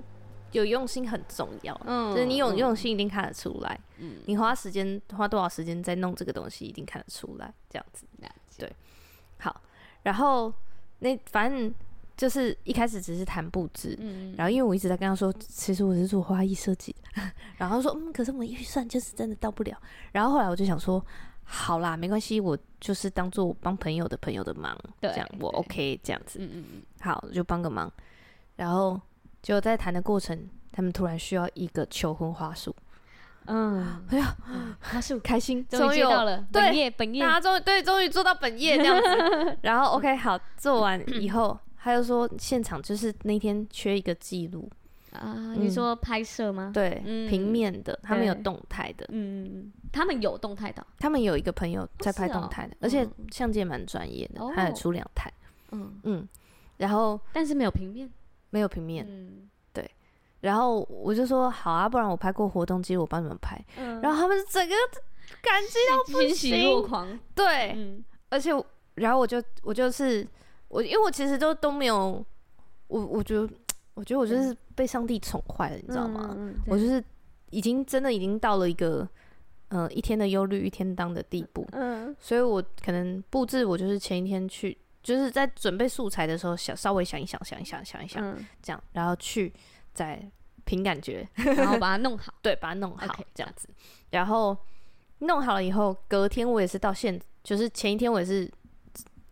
A: 有用心很重要，
B: 嗯
A: 就是你有
B: 嗯
A: 用心一定看得出来，
B: 嗯
A: 你花时间花多少时间在弄这个东西一定看得出来，这样子。
B: 了解
A: 对好，然后那反正就是一开始只是谈布置，
B: 嗯
A: 然后因为我一直在跟他说，其实我是做花艺设计的， 然后他说嗯，可是我们预算就是真的到不了。然后后来我就想说，好啦，没关系，我就是当做帮朋友的朋友的忙，
B: 对
A: 这样我
B: 对
A: OK 这样子，
B: 嗯嗯嗯，
A: 好就帮个忙。然后就在谈的过程，他们突然需要一个求婚花束，
B: 嗯，
A: 哎呀，
B: 花束
A: 开心，
B: 终于接
A: 有
B: 到了，
A: 对
B: 本业本业啊
A: 大，家终于对，终于做到本业这样 子。然
B: 嗯
A: 后 OK 好，做完以后，他就说现场就是那天缺一个记录，
B: 啊，你
A: 嗯
B: 说拍摄吗？，
A: 对，
B: 嗯
A: 平面的，他们有
B: 对
A: 动态的，
B: 嗯，他们有动态到，
A: 他们有一个朋友在拍
B: 是哦
A: 动态的，而且
B: 嗯
A: 相机也蛮专业的
B: 哦，
A: 他也出两台，
B: 嗯，
A: 嗯，然后
B: 但是没有平面，
A: 没有平面，
B: 嗯
A: 然后我就说好啊，不然我拍过活动记录，我帮你们拍，
B: 嗯
A: 然后他们整个感激到不
B: 欣喜若
A: 行，哎
B: 狂，
A: 对，
B: 嗯
A: 而且我然后我就我就是我，因为我其实都都没有，我我觉得我觉得我就是被上帝宠坏了，你知道吗？
B: 嗯？
A: 我
B: 对
A: 就是已经真的已经到了一个呃一天的忧虑一天当的地步，
B: 嗯
A: 所以我可能布置我就是前一天去，就是在准备素材的时候想稍微想一想想一想想一想、
B: 嗯，
A: 这样，然后去再凭感觉
B: 然后把它弄好，
A: 对把它弄好
B: OK，
A: 这样子，然后弄好了以后，隔天我也是到现，就是前一天我也是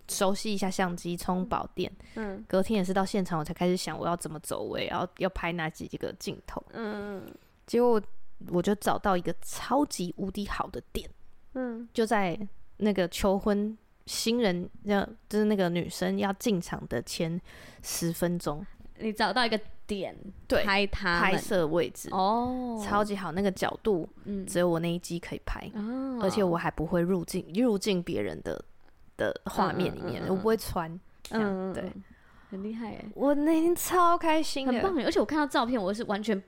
A: 熟悉一下相机，充饱电，
B: 嗯
A: 隔天也是到现场我才开始想我要怎么走位，然后要拍哪几个镜头，
B: 嗯
A: 结果我就找到一个超级无敌好的点，
B: 嗯
A: 就在那个求婚新人要就是那个女生要进场的前十分钟
B: 你找到一个点，
A: 对
B: 拍它
A: 拍
B: 们
A: 摄位置，
B: 哦，
A: 超级好，那个角度
B: 嗯
A: 只有我那一机可以拍，
B: 啊
A: 而且我还不会入镜入镜别人的的画面里面，
B: 嗯嗯嗯嗯嗯
A: 我不会穿。嗯，
B: 嗯
A: 对，，
B: 很厉害哎，
A: 我那天超开心的，
B: 很棒耶，而且我看到照片，我是完全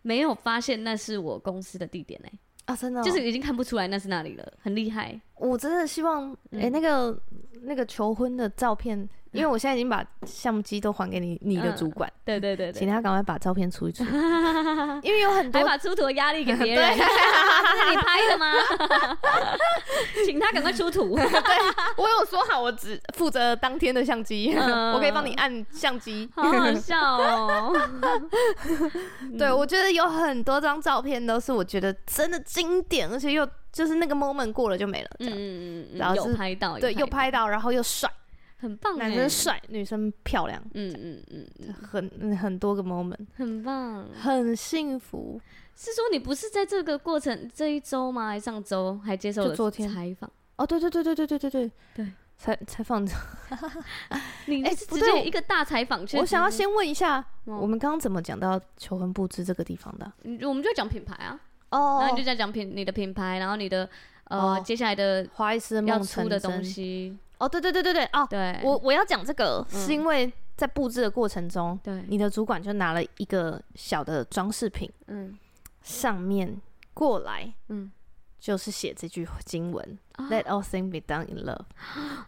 B: 没有发现那是我公司的地点哎、
A: 啊！真的哦、
B: 就是已经看不出来那是哪里了，很厉害。
A: 我真的希望，哎、
B: 嗯
A: 那个那个求婚的照片，因为我现在已经把相机都还给你你的主管，
B: 对对嗯对
A: 请
B: 对，
A: 他赶快把照片出一 出，因为有很多
B: 还把出图的压力给别 人， 这是你拍的吗？ 请他赶快出图。
A: 我有说好，我只负责当天的相机，
B: 嗯
A: 我可以帮你按相机。
B: 好好笑 哦！
A: 对，我觉得有很多张照片都是我觉得真的经典，而且又就是那个 moment 过了就没了。
B: 嗯
A: 嗯，
B: 嗯嗯
A: 然后
B: 嗯，有
A: 是
B: 拍到，
A: 对，又
B: 到，
A: 拍到，然后又帅，
B: 很棒哎，
A: 男生帅，女生漂亮，
B: 嗯嗯嗯嗯，
A: 很嗯很多个 moment，
B: 很棒。
A: 很幸福。
B: 是说你不是在这个过程这一周吗？还是上周还接受
A: 就
B: 了
A: 昨天
B: 采访？
A: 哦，对对对对对对对对
B: 对，
A: 采采访者，
B: 你
A: 哎
B: 是
A: 不
B: 直
A: 对
B: 接一个大采访去直接，
A: 我想要先问一下，
B: 嗯
A: 我们刚刚怎么讲到求婚布置这个地方的？
B: 嗯我们就讲品牌啊，然
A: 哦
B: 后你就在讲品你的品牌，然后你的呃、
A: 哦
B: 接下来的
A: 花艺师的
B: 要
A: 梦
B: 出
A: 成
B: 的
A: 真
B: 东。西，
A: 哦，对对对对对，哦，
B: 对，
A: 我我要讲这个，
B: 嗯
A: 是因为在布置的过程中，
B: 对，
A: 你的主管就拿了一个小的装饰品，
B: 嗯
A: 上面过来
B: 嗯，
A: 就是写这句经文、
B: 啊
A: l e t all things be done in love”，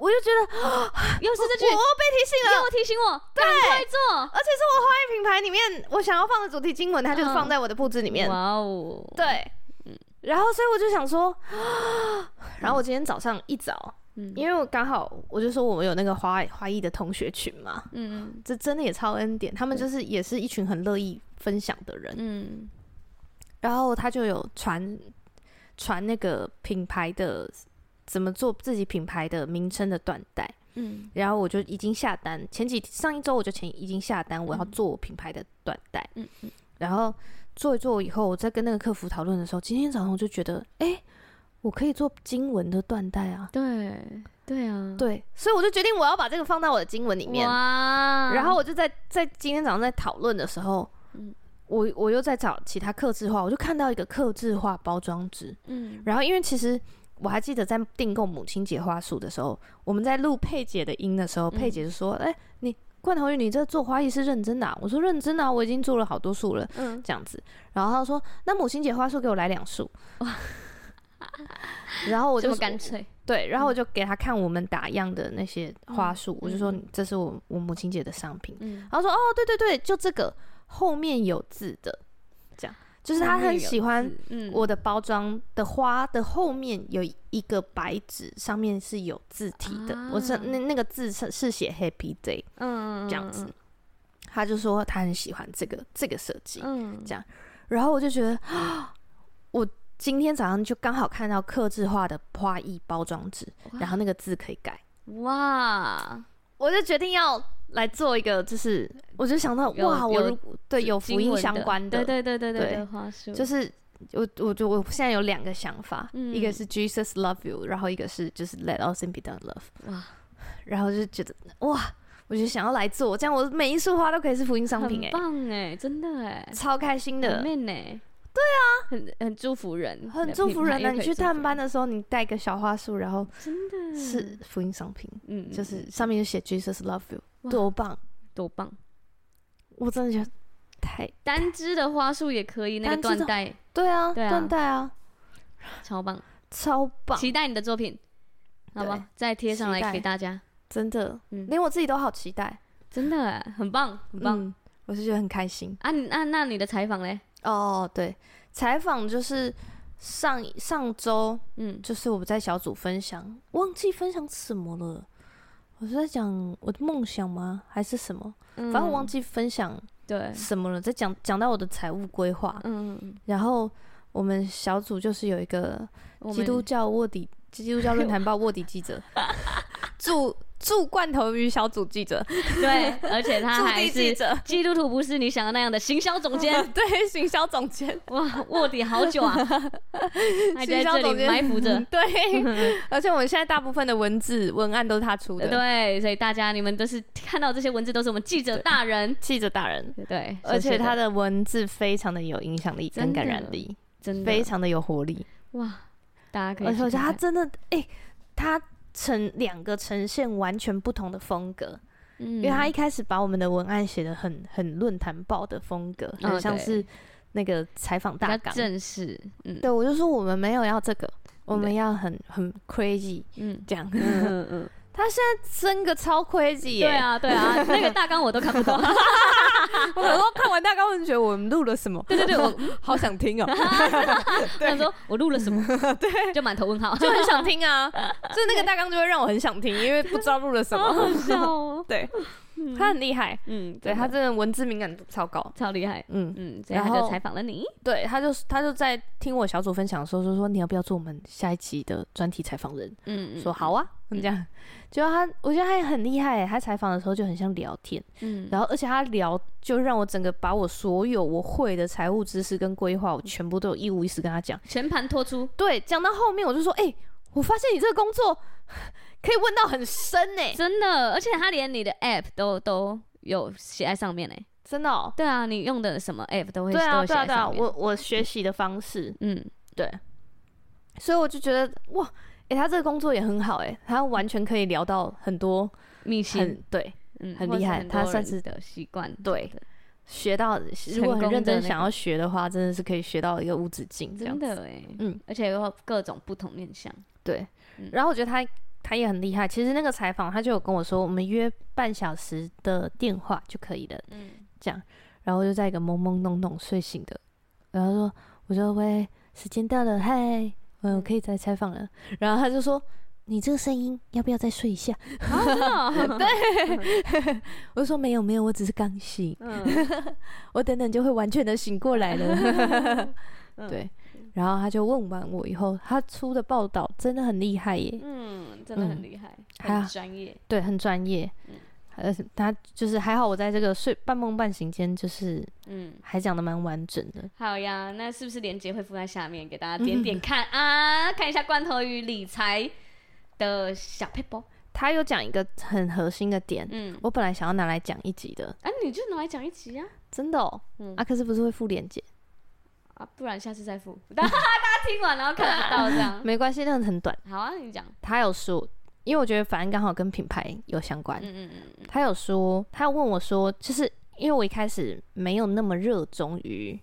A: 我 就觉得
B: 又是这句，
A: 我我被提醒
B: 你
A: 了，
B: 又提醒我，赶快做，
A: 而且是我花艺品牌里面我想要放的主题经文，它就是放在我的布置里面，
B: 嗯哇哦，
A: 对，然后所以我就想说， 然后我今天早上一早，
B: 嗯
A: 因为我刚好我就说我们有那个花花艺的同学群嘛，
B: 嗯
A: 这真的也超恩典，他们就是也是一群很乐意分享的人。
B: 嗯
A: 然后他就有传传那个品牌的怎么做自己品牌的名称的缎带，嗯，然后我就已经下单，前几上一周我就前已经下单，我要做我品牌的缎带，嗯嗯，然后做一做以后，我在跟那个客服讨论的时候，今天早上我就觉得，哎、我可以做经文的缎带啊，
B: 对对啊，
A: 对，所以我就决定我要把这个放到我的经文里面，
B: 哇，
A: 然后我就在在今天早上在讨论的时候，
B: 嗯
A: 我我又在找其他刻字化，我就看到一个刻字化包装纸，
B: 嗯，
A: 然后因为其实我还记得在订购母亲节花束的时候，我们在录佩姐的音的时候，佩姐就说：“哎、你罐头鱼，你这做花艺是认真的、啊？”我说：“认真啊，我已经做了好多束了。”
B: 嗯
A: 这样子，然后她说：“那母亲节花束给我来两束。”然后我
B: 这
A: 就
B: 么干脆，
A: 对，然后我就给她看我们打样的那些花束，我就说
B: 嗯嗯
A: 这是我我母亲节的商品。
B: 嗯，
A: 然后说哦，对对对，就这个后面有字的，这样就是他很喜欢
B: 嗯，
A: 我的包装的花的后面有一个白纸，上面是有字体的，我是
B: 啊
A: 那那个字是是写 Happy Day
B: 嗯
A: 这样子，，他就说他很喜欢这个这个设计，
B: 嗯，
A: 这样然后我就觉得， 啊我今天早上就刚好看到刻字化的花艺包装纸，然后那个字可以改，
B: 哇，
A: 我就决定要来做一个，就是我就想到
B: 有
A: 哇，我
B: 有
A: 如对有福
B: 经
A: 音
B: 文
A: 相关的，
B: 对对对对
A: 对
B: 对，花束
A: 就是我我就我现在有两个想法，
B: 嗯
A: 一个是 Jesus love you，然后一个是就是 Let all sin be done love，
B: 哇，
A: 然后就觉得哇，我就想要来做，这样我每一束花都可以是福音商品
B: 很
A: 哎、
B: 棒哎，真的哎，
A: 超开心
B: 很
A: 的。
B: man 哎，对啊，很很祝福人，
A: 很祝福人
B: 的
A: 啊！你去探班，的时候，你带个小花束，然后
B: 真的
A: 是，福音商品，
B: 嗯，
A: 就是上面就写 Jesus love you，
B: 哇
A: 多棒！
B: 多棒。
A: 我真的觉得太
B: 单支的花束也可以，那个
A: 单支的
B: 缎带
A: 对啊，
B: 对啊
A: 缎带啊，
B: 超棒，
A: 超棒，
B: 期待你的作品，好
A: 对
B: 吧？再贴上
A: 期待
B: 来给大家，
A: 真的，
B: 嗯
A: 连我自己都好期待，
B: 真的哎，很棒，很棒
A: 嗯，我是觉得很开心。
B: 啊！你那那你的采访嘞？
A: 哦，对，采访就是上上周，
B: 嗯，
A: 就是我在小组分享，忘记分享什么了。我是在讲我的梦想吗？还是什么？
B: 反
A: 反正我忘记分享
B: 嗯对，
A: 什么了，在讲讲到我的财务规划。
B: 嗯，嗯
A: 然后我们小组就是有一个
B: 嗯我
A: 基督
B: 们
A: 教卧底基督教论坛报卧底记者， 驻驻罐头鱼小组记者，
B: 对，而且 他
A: 驻
B: 还
A: 地记
B: 是
A: 者，，
B: 基督徒，不是你想的那样的行销总监
A: 对行销总监，
B: 哇，卧底好 久啊，还
A: 行
B: 在
A: 销
B: 这
A: 总
B: 里
A: 监。
B: 埋伏着
A: 对，而且我们现在大部分的文字文案都是他出的，，
B: 对，所以大家你们都是看到这些文字，都是我们记者大人，
A: 记者大人，
B: 对，
A: 而且他
B: 的
A: 的文字非常的有影响力跟
B: 真的
A: 感染力，
B: 真
A: 非
B: 的
A: 常的有活力，
B: 哇，大家可以
A: 而
B: 去
A: 且
B: 看
A: 我觉得他
B: 看，
A: 真的，哎、他呈两个呈现完全不同的风格，因
B: 因
A: 为他一开始把我们的文案写的很很论坛报的风格，
B: 嗯
A: 很像
B: 对
A: 是那个采访
B: 比
A: 大
B: 较
A: 纲，
B: 正式，嗯
A: 对我就说我们没有要这个，我们
B: 对
A: 要很很 crazy
B: 嗯
A: 这样，
B: 嗯 嗯，
A: 他现在 真个超 crazy 耶、
B: 对啊对 啊，那个大纲我都看不 懂，
A: 我很多看完大纲，我就觉得我们录了什么？对对对，我好想听哦、
B: 我想说我录了什么， 对，就满头问号，
A: 就很想听啊，就那个大纲就会让我很想听，因为不知道录了什
B: 好好
A: 么。
B: 笑哦，
A: 对，他很厉害，
B: 嗯，
A: 对
B: 真
A: 他
B: 的
A: 真的文字敏感度超高。
B: 超厉害，
A: 嗯，
B: 嗯，所以他
A: 然后
B: 就采访了你，
A: 对，他就他就在听我小组分享的时候，就说你要不要做我们下一集的专题采访人？
B: 嗯，嗯
A: 说，好啊，这样。结果他，我觉得他很厉害欸耶，他采访的时候就很像聊天，
B: 嗯，
A: 然后而且他聊就让我整个把我所有我会的财务知识跟规划，我全部都有一五一十跟他讲。
B: 全盘托出，
A: 对，讲到后面我就说，哎、我发现你这个工作可以问到很深呢、
B: 真的，而且他连你的 app 都都有写在上面嘞，
A: 真的、哦。
B: 对啊，你用的什么 app 都会
A: 对啊，对啊，
B: 都会写在
A: 对啊，
B: 上面
A: 我我学习的方式，
B: 嗯，
A: 对，所以我就觉得哇，哎、他这个工作也很好、诶，哎，他完全可以聊到很多
B: 密信，
A: 很对，
B: 嗯，
A: 很
B: 或
A: 厉
B: 是
A: 害
B: 很
A: 他
B: 多
A: 算
B: 人
A: 是
B: 的习惯，
A: 对学到如果
B: 成
A: 很
B: 功
A: 认
B: 的
A: 真
B: 那
A: 想要学的话，真的是可以学到一个无止境，这样
B: 真
A: 子
B: 的哎，
A: 嗯
B: 嗯，而且有各种不同面向，
A: 对
B: 嗯。
A: 然后我觉得他他也很厉害，其实那个采访他就有跟我说，我们约半小时的电话就可以了。
B: 嗯，
A: 这样，然后我就在一个懵懵懂懂睡醒的，然后说，我说喂，时间到了，嗨，我
B: 嗯
A: 可以再采访了。然后他就说，你这个声音要不要再睡一下？
B: 好，真的哦
A: 我就说没有没有，我只是刚醒，
B: 嗯
A: 我等等就会完全的醒过来了。
B: 嗯
A: 对，然后他就问完我以后，他出的报道真的很厉害耶，
B: 嗯，真的很
A: 嗯
B: 厉害，
A: 还
B: 很
A: 好
B: 专业。
A: 对，很专业。
B: 嗯
A: 呃，他就是还好，我在这个睡半梦半醒间，就是
B: 嗯，
A: 还讲的蛮完整的。
B: 好呀，那是不是链接会附在下面给大家点点看、 啊？看一下罐头与理财的小 paper。
A: 他有讲一个很核心的点，
B: 嗯，
A: 我本来想要拿来讲一集的，
B: 啊，你就拿来讲一集啊，
A: 真的哦。
B: 嗯
A: 啊，可是不是会附链接？
B: 啊，不然下次再付。 大家听完然后看不到这 样。
A: 没关系，那很短。
B: 好啊，你讲。
A: 他有说，因为我觉得反正刚好跟品牌有相关。
B: 嗯嗯嗯嗯，
A: 他有说，他有问我说，就是因为我一开始没有那么热衷于，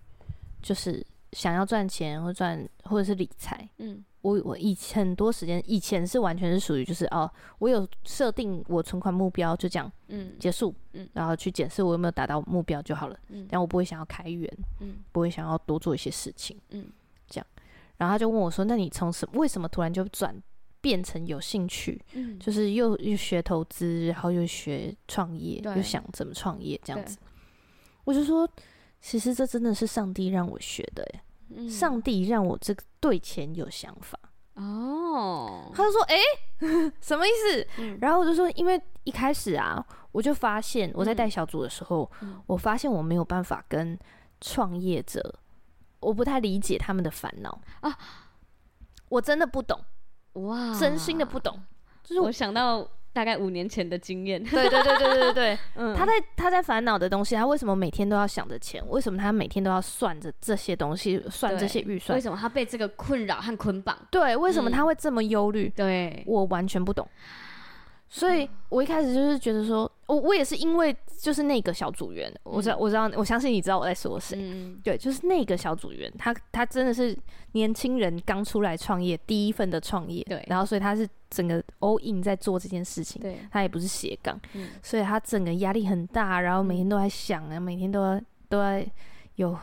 A: 就是想要赚钱或赚或者是理财。
B: 嗯，
A: 我我以前很多时间以前是完全是属于就是哦，我有设定我存款目标就这样
B: 嗯
A: 结束，
B: 嗯
A: 然后去检视我有没有达到目标就好了，
B: 嗯
A: 但我不会想要开源，
B: 嗯
A: 不会想要多做一些事情，
B: 嗯，
A: 这样，然后他就问我说，那你从什为什么突然就转变成有兴趣？
B: 嗯，
A: 就是又又学投资，然后又学创业，
B: 对
A: 又想怎么创业这样
B: 对
A: 子。我就说，其实这真的是上帝让我学的耶，
B: 嗯
A: 上帝让我这个对钱有想法。
B: 哦，
A: 他就说，哎、 什么意思？
B: 嗯
A: 然后我就说，因为一开始啊，我就发现我在带小组的时候，
B: 嗯
A: 我发现我没有办法跟创业者，我不太理解他们的烦恼
B: 啊，
A: 我真的不懂，
B: 哇，
A: 真心的不懂。就是
B: 我想到大概五年前的经 验。
A: 对对对对对对对，
B: 嗯
A: 他在他在烦恼的东西，他为什么每天都要想着钱？为什么他每天都要算着这些东西，算这些预算
B: 为？什么他被这个困扰和捆绑？
A: 对，为什么
B: 嗯
A: 他会这么忧虑？
B: 对，
A: 我完全不懂。所
B: 嗯
A: 以我一开始就是觉得说，我我也是因为就是那个小组员，我知道我知道，我相信你知道我在说谁。
B: 嗯，
A: 对，就是那个小组员，他他真的是年轻人刚出来创业第一份的创业，
B: 对
A: 然后所以他是整个 all in 在做这件事情，
B: 嗯对，
A: 他也不是斜杠，
B: 嗯
A: 所以他整个压力很大，然后每天都在想啊，每天都在都在有，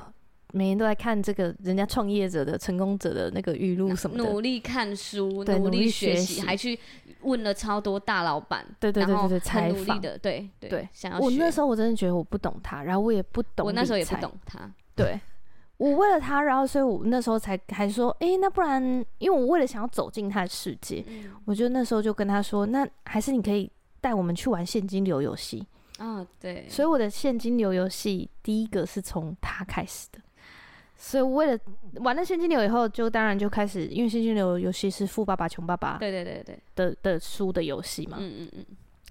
A: 每天都在看这个人家创业者的成功者的那个语录 什么的，
B: 努力看书，
A: 对努
B: 力
A: 力学
B: 学习，
A: 习
B: 还去问了超多大老板，
A: 对对对
B: 然后
A: 对对
B: 很
A: 采
B: 努力
A: 访
B: 的，对对
A: 对
B: 想要
A: 我那
B: 学
A: 时候我真的觉得我不懂他，然后我也不懂，
B: 我那时候也不，懂他，
A: 对。我为了他，然后所以我那时候才还说，诶、那不然，因为我为了想要走进他的世界，
B: 嗯
A: 我就那时候就跟他说，那还是你可以带我们去玩现金流游戏。
B: 啊，对，
A: 所以我的现金流游戏第一个是从他开始的，所以我为了玩了现金流以后，就当然就开始，因为现金流游戏是富爸爸穷爸爸
B: 对对对对，
A: 的的书的游戏嘛，
B: 嗯嗯嗯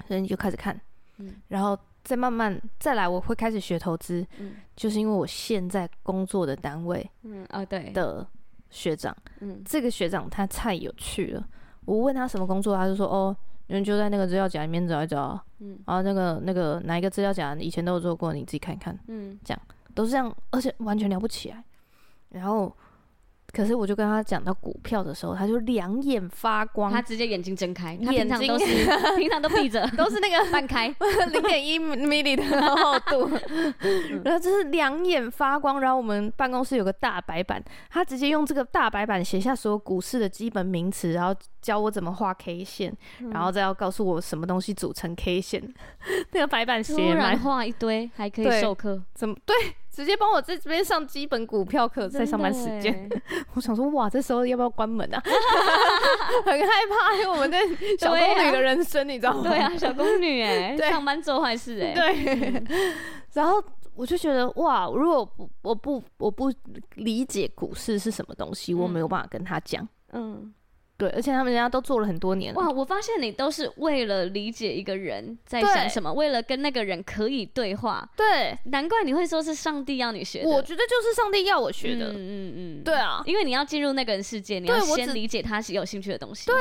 A: 所以你就开始看
B: 嗯，
A: 然后再慢慢再来，我会开始学投资，
B: 嗯
A: 就是因为我现在工作的单位
B: 嗯啊，对，
A: 的学长，
B: 嗯
A: 这个学长他太有趣了，我问他什么工作，他就说哦。人就在那个资料夹里面找一找，
B: 嗯
A: 然后那个那个哪一个资料夹以前都有做过，你自己看一看。
B: 嗯
A: 都是这样，而且完全聊不起来。然后，可是我就跟他讲到股票的时候，他就两眼发光
B: 他，直接眼睛睁开，他平
A: 眼
B: 常都
A: 睛
B: 是平常都闭着，
A: 都是那个
B: 半开，
A: 零点一 milli 的厚 度，然后就是两眼发光。然后我们办公室有个大白板，他直接用这个大白板写下所有股市的基本名词，然后教我怎么画 K 线，
B: 嗯
A: 然后再要告诉我什么东西组成 K 线。 那个白板
B: 突
A: 写也蛮
B: 然画一堆，还可以
A: 对
B: 授课，
A: 怎么对，直接帮我在这边上基本股票课，在
B: 真
A: 上
B: 的
A: 班时间。
B: 欸，
A: 我想说，哇，这时候要不要关门啊？ 很害怕，因为我们在小
B: 对
A: 宫
B: 啊
A: 女的人生，你知道 吗？
B: 对啊，小宫女哎，
A: 对
B: 上班做坏事哎，
A: 对。 然后我就觉得，哇，如果我不我不我不理解股市是什么东西，我
B: 嗯
A: 没有办法跟他讲。
B: 嗯。
A: 对，而且他们人家都做了很多年了
B: 哇，我发现你都是为了理解一个人在
A: 对
B: 想什么，为了跟那个人可以对话，
A: 对，
B: 难怪你会说是上帝要你学的。
A: 我觉得就是上帝要我学
B: 嗯
A: 的。
B: 嗯嗯，
A: 对，啊，
B: 因为你要进入那个人世界，你
A: 对
B: 要
A: 我
B: 先
A: 只
B: 理解他是有兴趣的东西。
A: 对，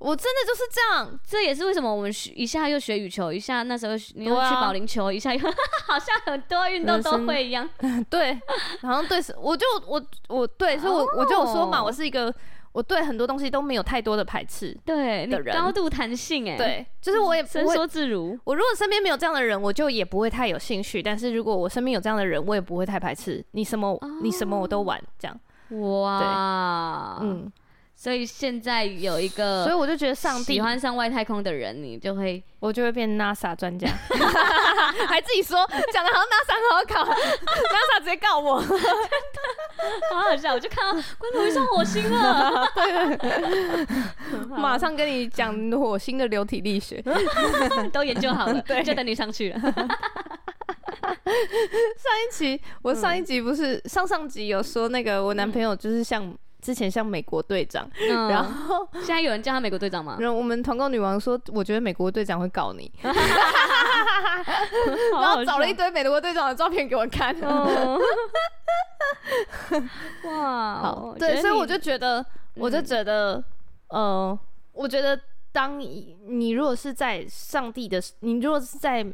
A: 我真的就是这样。
B: 这也是为什么我们学一下又学羽球，一下那时候又学你又
A: 对
B: 去
A: 啊
B: 保龄球，一下又 好像很多运动
A: 人
B: 都
A: 生
B: 会一样。
A: 对，好像对，我就我我对，所以我我就有说嘛，
B: 哦
A: 我是一个我对很多东西都没有太多的排斥。
B: 对你
A: 的人
B: 高度弹性哎，，
A: 对，就是我也不
B: 伸
A: 会
B: 缩自如。
A: 我如果身边没有这样的人，我就也不会太有兴趣。但是如果我身边有这样的人，我也不会太排斥。你什么、你什么我都玩，这样，
B: 哇，嗯，
A: 嗯，
B: 所以现在有一个，
A: 呃所以我就觉得上帝
B: 喜，欢上外太空的人，你就 会
A: 我就会变 NASA 专家， 还自己说讲的好像 NASA 很好考，NASA 直接告我。
B: 好好笑！我就看到关头遇上火星 了，
A: 马上跟你讲火星的流体力 学，上
B: 都研究好了，就等你上去了。
A: 一集我上一集不是上上集有说那个我男朋友就是像之前像美国队长，
B: 嗯
A: 然后
B: 现在有人叫他美国队长吗？
A: 然后我们团购女王说，我觉得美国队长会搞你，
B: 好
A: 然
B: 好
A: 后找了一
B: 笑
A: 堆美国队长的照片给我看。
B: 哦哇，
A: 好，
B: 觉
A: 对，
B: 得
A: 所以我
B: 你
A: 就觉得，我就
B: 嗯
A: 觉得，呃，我觉得当你你如果是在上帝的，你如果是在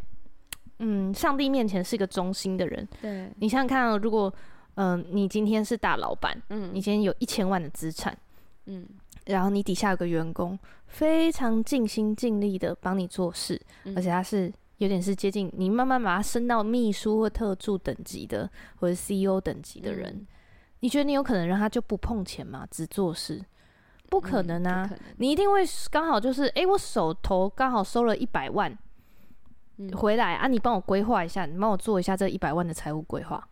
A: 嗯上帝面前是个忠心的人，
B: 对，
A: 你想想看哦、如果嗯、呃你今天是大老板，你
B: 嗯
A: 今天有一千万的资产，
B: 嗯
A: 然后你底下有个员工非常尽心尽力的帮你做事，
B: 嗯
A: 而且他是有点是接近你慢慢把他升到秘书或特助等级的，或者 CEO 等级的人，
B: 嗯
A: 你觉得你有可能让他就不碰钱吗？只做事？不可能啊！
B: 嗯不可能
A: 你一定会刚好就是，诶，我手头刚好收了一百万、
B: 嗯
A: 回来啊，你帮我规划一下，你帮我做一下这一百万的财务规划，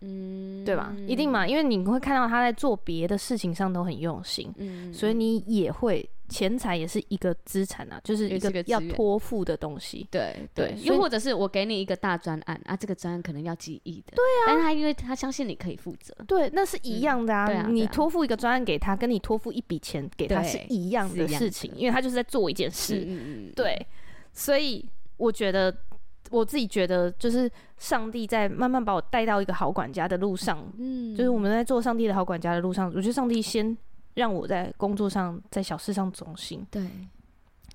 B: 嗯
A: 对吧？一定嘛，因为你会看到他在做别的事情上都很用心，
B: 嗯
A: 所以你也会钱财也是一个资产啊，就是一
B: 也是
A: 个
B: 个资
A: 要
B: 源
A: 托付的东西。
B: 对
A: 对
B: 对，
A: 所以
B: 又或者是我给你一个大专案啊，这个专案可能要几亿的，对啊，但是他因为他相信你可以负责，
A: 对，那是一
B: 嗯
A: 样的啊。
B: 对啊对
A: 你
B: 啊
A: 托付一个专案给他，跟你托付一笔钱给他是
B: 对
A: 一样
B: 是
A: 的
B: 一样
A: 事情，
B: 的
A: 因为他就是在做一件事。
B: 嗯嗯，
A: 对，所以我觉得我自己觉得，就是上帝在慢慢把我带到一个好管家的路上，
B: 嗯，
A: 就是我们在做上帝的好管家的路上，我觉得上帝先让我在工作上，在小事上忠心，
B: 对，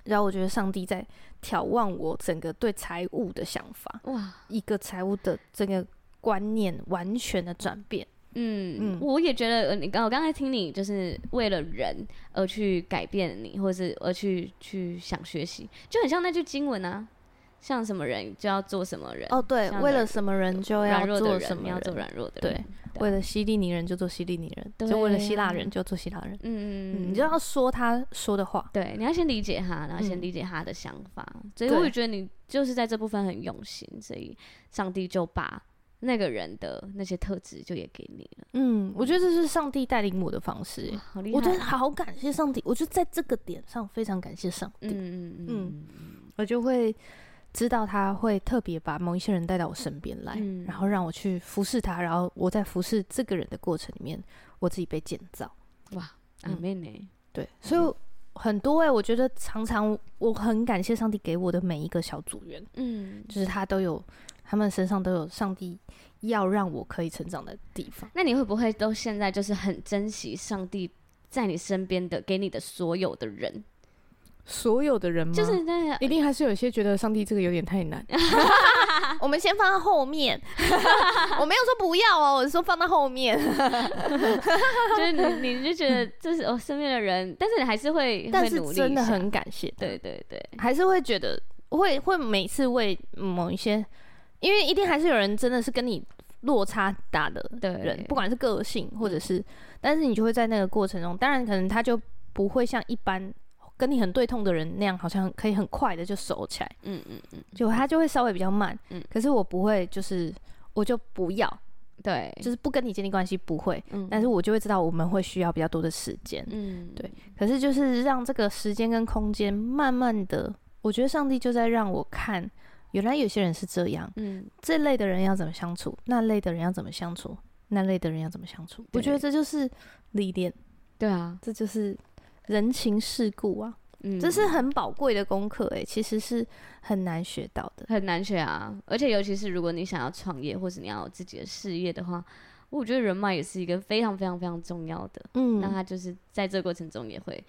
A: 然后我觉得上帝在眺望我整个对财务的想法，
B: 哇，
A: 一个财务的这个观念完全的转变。嗯
B: 嗯，我也觉得，呃你刚我刚才听你就是为了人而去改变你，或是而去去想学习，就很像那句经文啊，像什么人就要做什么人，
A: 哦，对，
B: 像
A: 为
B: 软
A: 了什么人就要
B: 软弱的
A: 做
B: 人
A: 什么
B: 你要
A: 人，
B: 做软弱的
A: 对
B: 人，对
A: 为了希利尼人就做希利尼人，就为了希腊
B: 对啊
A: 人就做希腊人。
B: 嗯
A: 嗯，你就要说他说的话，
B: 对，你要先理解他，然后先
A: 嗯
B: 理解他的想法。所以
A: 对
B: 我也觉得你就是在这部分很用心，所以上帝就把那个人的那些特质就也给你了。
A: 嗯，我觉得这是上帝带领我的方式
B: 哇
A: 耶。
B: 好厉害！
A: 我真的好感谢上帝，我就在这个点上非常感谢上帝，
B: 嗯嗯嗯
A: 我就会知道他会特别把某一些人带到我身边来，
B: 嗯
A: 然后让我去服侍他，然后我在服侍这个人的过程里面，我自己被建造。
B: 嗯，哇，欸阿
A: 嗯
B: 妹呢？
A: 对，所以很多哎、我觉得常常我很感谢上帝给我的每一个小组员，
B: 嗯，
A: 就是他都有，他们身上都有上帝要让我可以成长的地方。
B: 那你会不会都现在就是很珍惜上帝在你身边的给你的所有的人？
A: 所有的人吗
B: 就是 那个
A: 一定还是有些觉得上帝这个有点太难。 我们先放到后面， 我没有说不要哦，我是说放到后面。
B: 就是你你就觉得就是我、哦、身边的人，但是你还是会
A: 但
B: 会
A: 是
B: 努力
A: 真的
B: 一下
A: 很感谢，
B: 对，对对，
A: 还是会觉得会会每次为某一些，因为一定还是有人真的是跟你落差大的人
B: 对，嗯
A: 不管是个性或者是，但是你就会在那个过程中，当然可能他就不会像一般跟你很对痛的人那样，好像可以很快的就熟起来。
B: 嗯嗯嗯，
A: 就他就会稍微比较慢，
B: 嗯
A: 可是我不会，就是我就不要，
B: 对，
A: 就是不跟你建立关系，不会，
B: 嗯
A: 但是我就会知道我们会需要比较多的时间，
B: 嗯
A: 对可是就是让这个时间跟空间慢慢的，我觉得上帝就在让我看，原来有些人是这样，
B: 嗯。
A: 这类的人要怎么相处，那类的人要怎么相处，那类的人要怎么相处，我觉得这就是历练，
B: 对啊，
A: 这就是人情世故啊，
B: 嗯，
A: 这是很宝贵的功课诶、其实是很难学到的，
B: 很难学啊，而且尤其是如果你想要创业或是你要有自己的事业的话，我觉得人脉也是一个非常非常非常重要的。
A: 嗯
B: 那他就是在这个过程中也会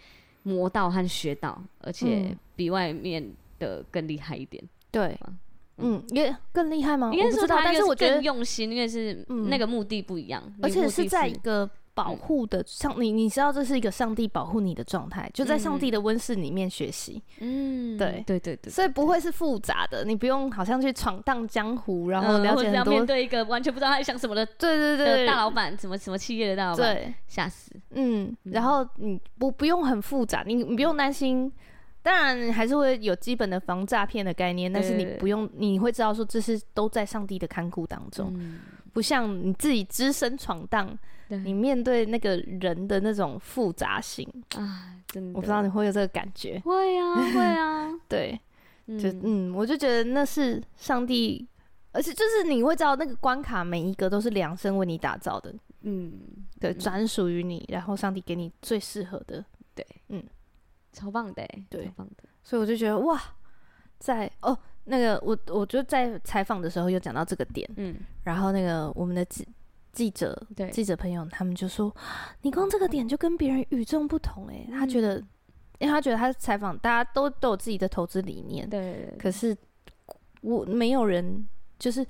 B: 磨到和学到，而且
A: 嗯
B: 比外面的更厉害一点。
A: 对，嗯
B: 嗯，
A: 也更厉害吗？
B: 应
A: 哦我
B: 该
A: 不
B: 说
A: 知道，
B: 他
A: 但是
B: 又
A: 我觉
B: 更
A: 得，
B: 用心，因为是
A: 嗯
B: 那个目的不一样，
A: 而
B: 你
A: 且
B: 目的嗯
A: 是
B: 是
A: 在一个保护的上，你你知道这是一个上帝保护你的状态，就在上帝的温室里面学习，
B: 嗯，
A: 对
B: 对嗯对对，
A: 所以不会是复杂的，你不用好像去闯荡江湖，然
B: 嗯
A: 后了
B: 或者
A: 解
B: 是要
A: 很
B: 面
A: 多，
B: 对一个完全不知道他在想什么的
A: 对对
B: 的
A: 对
B: 大老板，什么什么企业的大老板，
A: 对，
B: 吓死。
A: 嗯，
B: 嗯
A: 然后你不不用很复杂，你你不用担心。当然还是会有基本的防诈骗的概念，但是你
B: 对对对
A: 不用，你会知道说这是都在上帝的看顾当中，
B: 嗯
A: 不像你自己只身闯荡，
B: 对
A: 你面对那个人的那种复杂性，
B: 啊，真的，
A: 我不知道你会有这个感觉。
B: 会啊，会啊，
A: 对， 就
B: 嗯，
A: 嗯，我就觉得那是上帝，而且就是你会知道那个关卡每一个都是量身为你打造的，
B: 嗯，
A: 对，专属于你，然后上帝给你最适合的。
B: 超棒的欸，
A: 对
B: 超棒的，
A: 所以我就觉得哇，在哦，那个我我就在采访的时候有讲到这个点，
B: 嗯，
A: 然后那个我们的记记者
B: 对，
A: 记者朋友他们就说，你光这个点就跟别人与众不同诶、他觉
B: 嗯
A: 得，因为他觉得他采访大家都都有自己的投资理念，
B: 对，
A: 可是我没有人就是。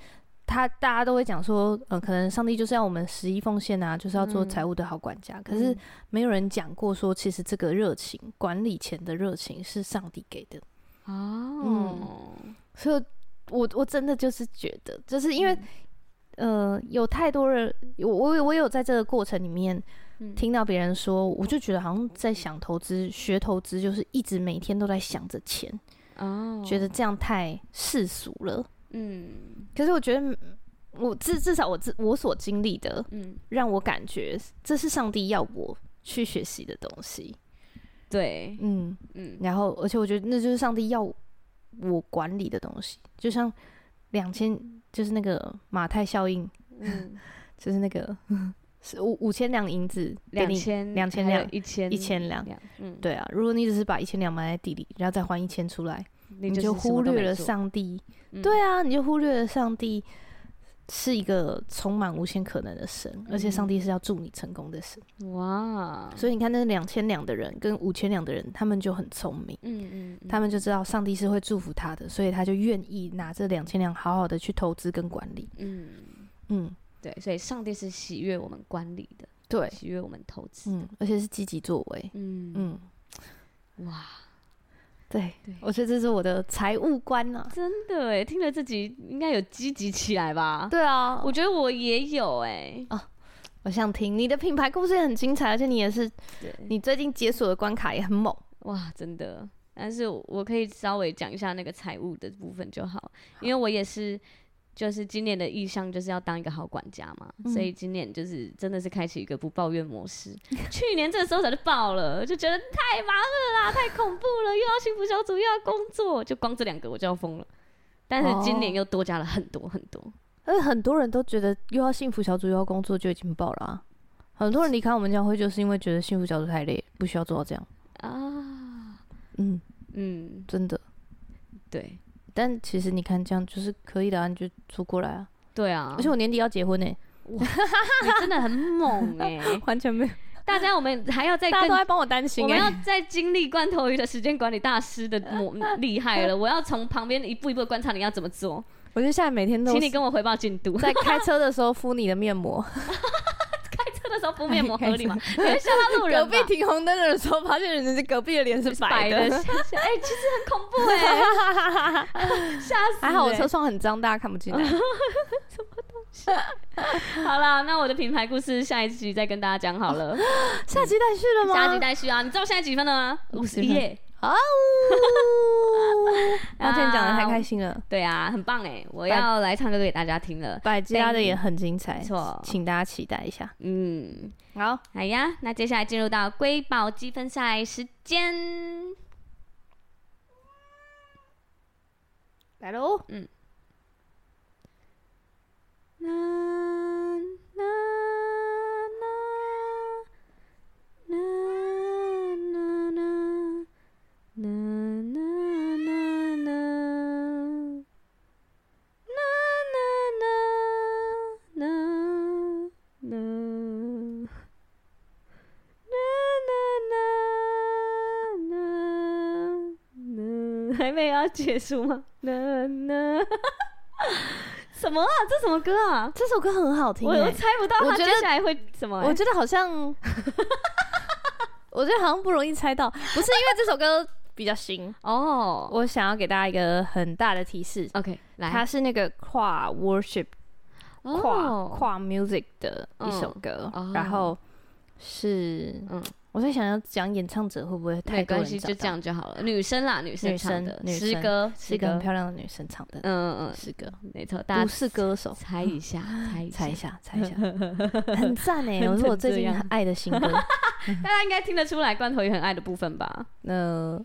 A: 他大家都会讲说，呃，可能上帝就是要我们十一奉献啊，就是要做
B: 嗯
A: 财务的好管家。可是
B: 嗯
A: 没有人讲过说，其实这个热情管理前的热情是上帝给的。
B: 嗯哦，
A: 所以我我真的就是觉得，就是因为、
B: 嗯
A: 呃，有太多人，我我有我有在这个过程里面
B: 嗯
A: 听到别人说，我就觉得好像在想投资、学投资，就是一直每天都在想着钱，
B: 哦，
A: 嗯觉得这样太世俗了。
B: 嗯
A: 可是我觉得嗯，我至至少我自我所经历的，
B: 嗯，
A: 让我感觉这是上帝要我去学习的东西。
B: 对，
A: 嗯，
B: 嗯
A: 然后而且我觉得那就是上帝要我管理的东西，就像两千就是那个马太效应，
B: 嗯，
A: 就是那个 是五五千两银子给
B: 两
A: 你，
B: 千
A: 两千
B: 还有
A: 两
B: 一千
A: 一千两，
B: 嗯，
A: 对啊，如果你只是把一千两埋在地里，然后再还一千出来，
B: 你
A: 你
B: 就
A: 就是
B: 什么
A: 忽
B: 都
A: 略
B: 没
A: 了
B: 做，
A: 上帝。
B: 嗯
A: 对啊，你就忽略了上帝是一个充满无限可能的神，
B: 嗯
A: 而且上帝是要助你成功的神。
B: 哇，
A: 所以你看，那两千两的人跟五千两的人，他们就很聪明。
B: 嗯嗯，
A: 他们就知道上帝是会祝福他的，所以他就愿意拿这两千两好好的去投资跟管理。
B: 嗯，
A: 嗯，
B: 对，所以上帝是喜悦我们管理的，
A: 对，
B: 喜悦我们投资，
A: 嗯，而且是积极作为。
B: 嗯嗯，
A: 嗯，
B: 哇，
A: 对，
B: 对，
A: 我觉得这是我的财务观啊。
B: 真的哎，听了自己应该有积极起来吧？
A: 对啊，
B: 我
A: 我
B: 觉得我也有哎，
A: 我想听你的品牌故事也很精彩，而且你也是，
B: 对，
A: 你最近解锁的关卡也很猛。
B: 哇，真的。但是我我可以稍微讲一下那个财务的部分就好，因为我也是，就是今年的意向就是要当一个好管家嘛，所
A: 嗯
B: 以今年就是真的是开启一个不抱怨模式。 去年这个时候早就爆了，就觉得太忙了啦，太恐怖了，又要幸福小组，又要工作，就光这两个我就要疯了。但是今年
A: 哦
B: 又多加了很多很多，
A: 而且很多人都觉得又要幸福小组又要工作就已经爆了啊。很多人离开我们教会就是因为觉得幸福小组太累，不需要做到这样。
B: 啊，
A: 嗯，
B: 嗯，
A: 真的。
B: 对
A: 但其实你看这样就是可以的、啊，你就做过来啊。
B: 对啊，
A: 而且我年底要结婚呢、
B: 你 真的很猛哎、
A: 完全没有，
B: 大家我们还要 再
A: 大家
B: 更
A: 都在帮我担心
B: 我们
A: 哎、
B: 要再经历罐头鱼的时间管理大师的磨厉害 了，我要从旁边一步一步地观察你要怎么做，
A: 我就现在每天都
B: 请你跟我回报进 度。
A: 在开车的时候敷你的面 膜，
B: 开车的时候敷面膜合 理吗？你会哎吓到路
A: 隔
B: 人吧
A: 壁？停红灯的时候，发现人家是隔壁的脸是 白的。
B: 的，吓死哎，其实很恐怖哎， 吓死！欸
A: 还好我车。窗很脏，大家看不 进来。
B: 好了，那我的品牌故事下一集再跟大家讲好 了，
A: 下集待续了吗？
B: 下集待续啊！你知道现在几分了吗？五十
A: 50
B: 一
A: 分
B: 耶。
A: 哦，那今天讲的太开心了，
B: 对啊，很棒哎！我要来唱歌给大家听了。
A: 百吉拉的也很精彩，
B: 没错
A: 请大家期待一下。
B: 嗯，
A: 好，
B: 好呀，那接下来进入到瑰宝积分赛时间。
A: 来喽，
B: 啦啦啦啦啦啦啦啦啦啦啦啦啦啦啦。还没要结束吗？什么啊？这什么歌啊？
A: 这首歌很好听
B: 我
A: 欸、
B: 我猜不到
A: 我
B: 他
A: 觉
B: 接
A: 得
B: 下来会什么欸、
A: 我觉得好 像，我觉得好像不容易猜到，不是因为这首歌比较新，
B: 哦、
A: 我想要给大家一个很大的提示，
B: o k 来
A: 它，是那个跨 worship 跨、
B: 哦
A: 跨 music 的一首歌，
B: 嗯哦
A: 然后是
B: 嗯
A: 嗯，我我在想要讲演唱者会不会太
B: 没
A: 多人
B: 关系，
A: 找
B: 就
A: 到
B: 这样就好了。女生啦，女生
A: 女
B: 唱
A: 生
B: 的
A: 女
B: 诗
A: 生
B: 歌，
A: 是
B: 诗
A: 一个很
B: 歌，
A: 漂亮的女生唱的
B: 嗯嗯
A: 诗歌，
B: 嗯，没错，大
A: 不
B: 家
A: 是歌手，
B: 猜一 下，猜一下，
A: 猜一下，猜一 下，很赞哎、
B: 很
A: 我是
B: 成
A: 我最
B: 这
A: 近
B: 样
A: 爱的 新歌。
B: 大家应该听得出来罐头鱼很爱的部分吧？
A: 那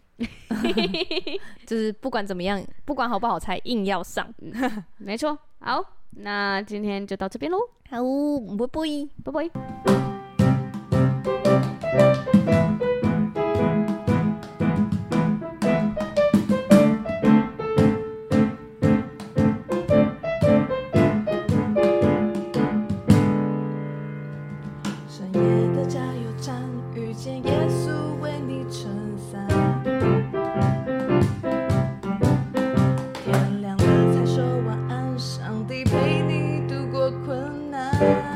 A: 就是不管怎么样，不管好不好猜，硬要上。
B: 没错，好，那今天就到这边喽，
A: 好，拜拜。
B: 拜拜。
C: 深夜的加油站遇见耶稣为你撑伞，天亮了才说晚安，上帝陪你度过困难。